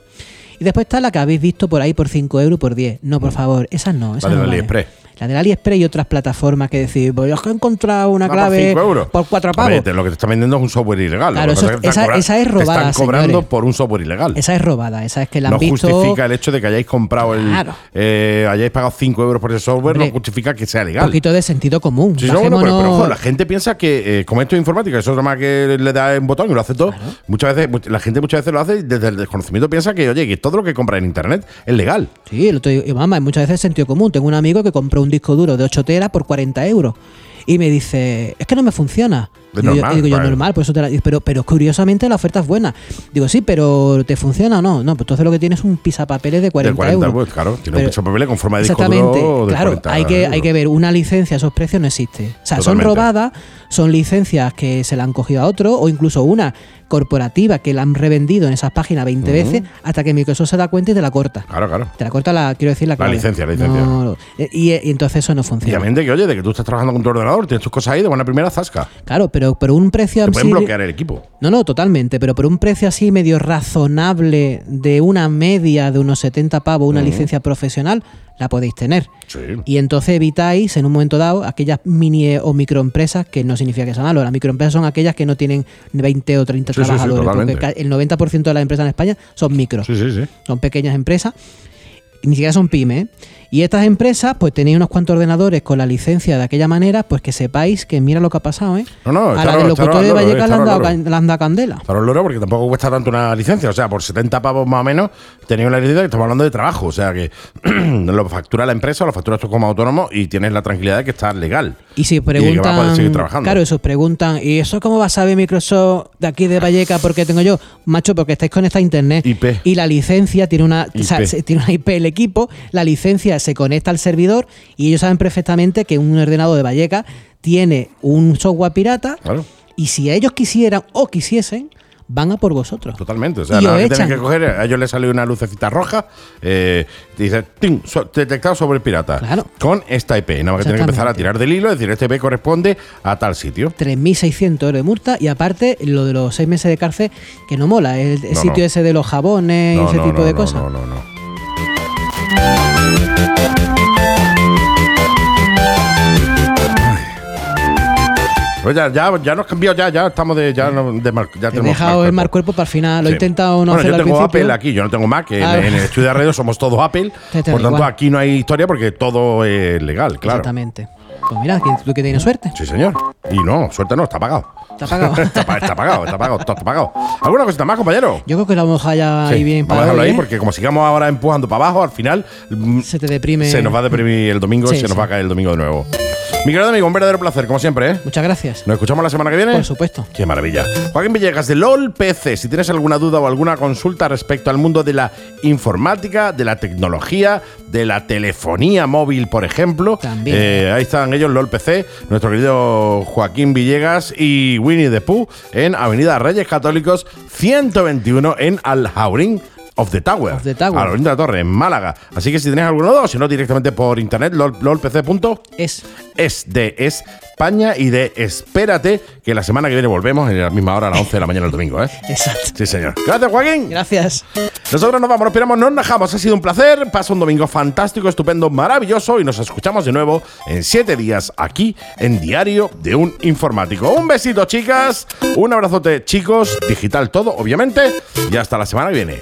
Y después está la que habéis visto por ahí por 5 euros, por 10. No, por favor, esas no. Esas
de
no
Mm. la
valen.
AliExpress.
La de la AliExpress y otras plataformas que decís, voy a encontrar una
Ah, por
clave
cinco euros.
por 4
A
pavos.
ver, te- lo que te están vendiendo es un software ilegal.
Claro,
Lo que
eso-
pasa que te
esa-
están cobra-
esa es robada,
Te están cobrando
señores.
por un software ilegal.
Esa es robada, esa es que la han
no
visto.
justifica el hecho de que hayáis comprado el.
Claro.
eh, hayáis pagado 5 euros por ese software,
Hombre,
no justifica que sea
Un
legal.
poquito de sentido común.
Sí, no, bueno, pero, pero,
Bajémonos-
ojo, la gente piensa que eh, como esto es informática, eso es lo más que le da un botón y lo hace todo. Muchas veces, mu- la gente muchas veces lo hace y desde el desconocimiento piensa que, oye, que todo lo que compra en internet es legal.
Sí, el otro día- y, mamá, muchas veces sentido común. Tengo un amigo que compró un disco duro de 8 teras por 40 euros y me dice, es que no me funciona.
Es
Digo yo-
normal,
digo yo,
claro.
normal, por eso te la- pero, pero curiosamente la oferta es buena. Digo, sí, pero ¿te funciona o no? No, pues entonces lo que tienes es un pisapapeles de 40,
de 40
euros.
pues, claro, tiene
Pero-
un pecho papel con forma de disco
Exactamente,
duro de
claro,
40
hay que, hay
euros.
que ver, una licencia, esos precios no existe. O sea,
Totalmente.
son robadas, son licencias que se la han cogido a otro, o incluso una corporativa que la han revendido en esas páginas 20 veces, hasta que Microsoft se da cuenta y te la corta.
Claro, claro.
Te la corta la, quiero decir, la, clave.
licencia, la licencia.
No, no. y, y entonces eso no
Y
funciona.
obviamente que, oye, de que tú estás trabajando con tu ordenador, tienes tus cosas ahí de buena primera zasca.
Claro, pero, pero un precio
Te pueden
así-
bloquear el equipo.
No, no, totalmente, pero por un precio así medio razonable de una media de unos 70 pavos, una licencia profesional, la podéis tener.
Sí.
Y entonces evitáis en un momento dado aquellas mini eh, o microempresas, que no significa que sea malo, las microempresas son aquellas que no tienen 20 o 30
Sí, sí, sí,
trabajadores, porque
totalmente.
ca- el 90% de las empresas en España son micros.
Sí, sí, sí.
son pequeñas empresas, y ni siquiera son pymes. ¿eh? Y estas empresas, pues tenéis unos cuantos ordenadores con la licencia de aquella manera, pues que sepáis que mira lo que ha pasado, ¿eh?
No, no,
a
echaros-
la del
echaros
locutor de
al loro,
Vallecas le han
echaros
dado
al
ca-
loro.
le han dado candela.
Para un loro, porque tampoco cuesta tanto una licencia. O sea, por 70 pavos más o menos, tenéis una licencia que estamos hablando de trabajo. O sea, que lo factura la empresa, lo facturas tú como autónomo y tienes la tranquilidad de que está legal.
Y
que va
si
a poder
preguntan,
seguir trabajando.
claro, esos preguntan, ¿y eso cómo va a saber Microsoft de aquí de Valleca? Porque tengo yo, macho, porque estáis conectados a internet
IP.
y la licencia tiene una, o sea,
IP.
se- tiene una IP el equipo, la licencia se conecta al servidor y ellos saben perfectamente que un ordenador de Valleca tiene un software pirata
Claro.
y si ellos quisieran o quisiesen, van a por vosotros.
Totalmente. O sea,
Y
nada
lo
que tienes
echan.
que coger, a ellos les sale una lucecita roja, eh, te dice, "Tin, so- detectado sobre el pirata.
Claro.
Con esta IP. Y Nada más que tienes que empezar a
Exactamente.
tirar del hilo, es decir, este IP corresponde a tal sitio.
3.600 euros de multa y aparte lo de los seis meses de cárcel que no mola, el, el
No,
sitio
no.
ese de los jabones y ese tipo de cosas.
No, no, no. Pues ya, ya, ya nos cambió, ya, ya estamos de, ya, no- de mar- ya
He
tenemos
dejado el mal cuerpo para el final. Lo he
Sí.
intentado no
bueno,
hacerlo
yo
al
tengo
principio.
Apple aquí, yo no tengo Mac. En,
Ah.
en el estudio de radio somos todos Apple.
Te- te
por
da
tanto,
igual.
aquí no hay historia porque todo es legal, claro.
Exactamente. Pues mira, que- tú que tienes suerte.
Sí, señor. Y no, suerte no, está pagado.
Está pagado.
está, pa- está pagado, está pagado, todo está pagado. ¿Alguna cosita más, compañero?
Yo creo que lo vamos a dejar ya
Sí,
ahí bien
vamos a
para
dejarlo
hoy,
ahí
¿eh?
porque como sigamos ahora empujando para abajo, al final mm,
se te deprime.
se nos va a deprimir el domingo y se
Sí,
nos
sí.
va a caer el domingo de nuevo. Mi querido amigo, un verdadero placer, como siempre, ¿eh?
Muchas gracias.
¿Nos escuchamos la semana que viene?
Por supuesto.
Qué maravilla. Joaquín Villegas de LOL PC. Si tienes alguna duda o alguna consulta respecto al mundo de la informática, de la tecnología, de la telefonía móvil, por ejemplo,
También.
eh, ahí están ellos, LOL PC, nuestro querido Joaquín Villegas y Winnie the Pooh en Avenida Reyes Católicos 121 en Aljaurín. Of the Tower.
Of the Tower.
Aljaurín de la Torre, en Málaga. Así que si tienes alguno de los, si no directamente por internet, lol- lolpc. punto
Es.
es de España y de Espérate, que la semana que viene volvemos en la misma hora a las 11 de la mañana el domingo, ¿eh?
Exacto.
Sí, señor. Gracias, Joaquín.
Gracias.
Nosotros nos vamos, nos piramos, nos najamos. Ha sido un placer. Pasa un domingo fantástico, estupendo, maravilloso y nos escuchamos de nuevo en siete días aquí en Diario de un Informático. Un besito, chicas. Un abrazote, chicos. Digital todo, obviamente. Y hasta la semana que viene.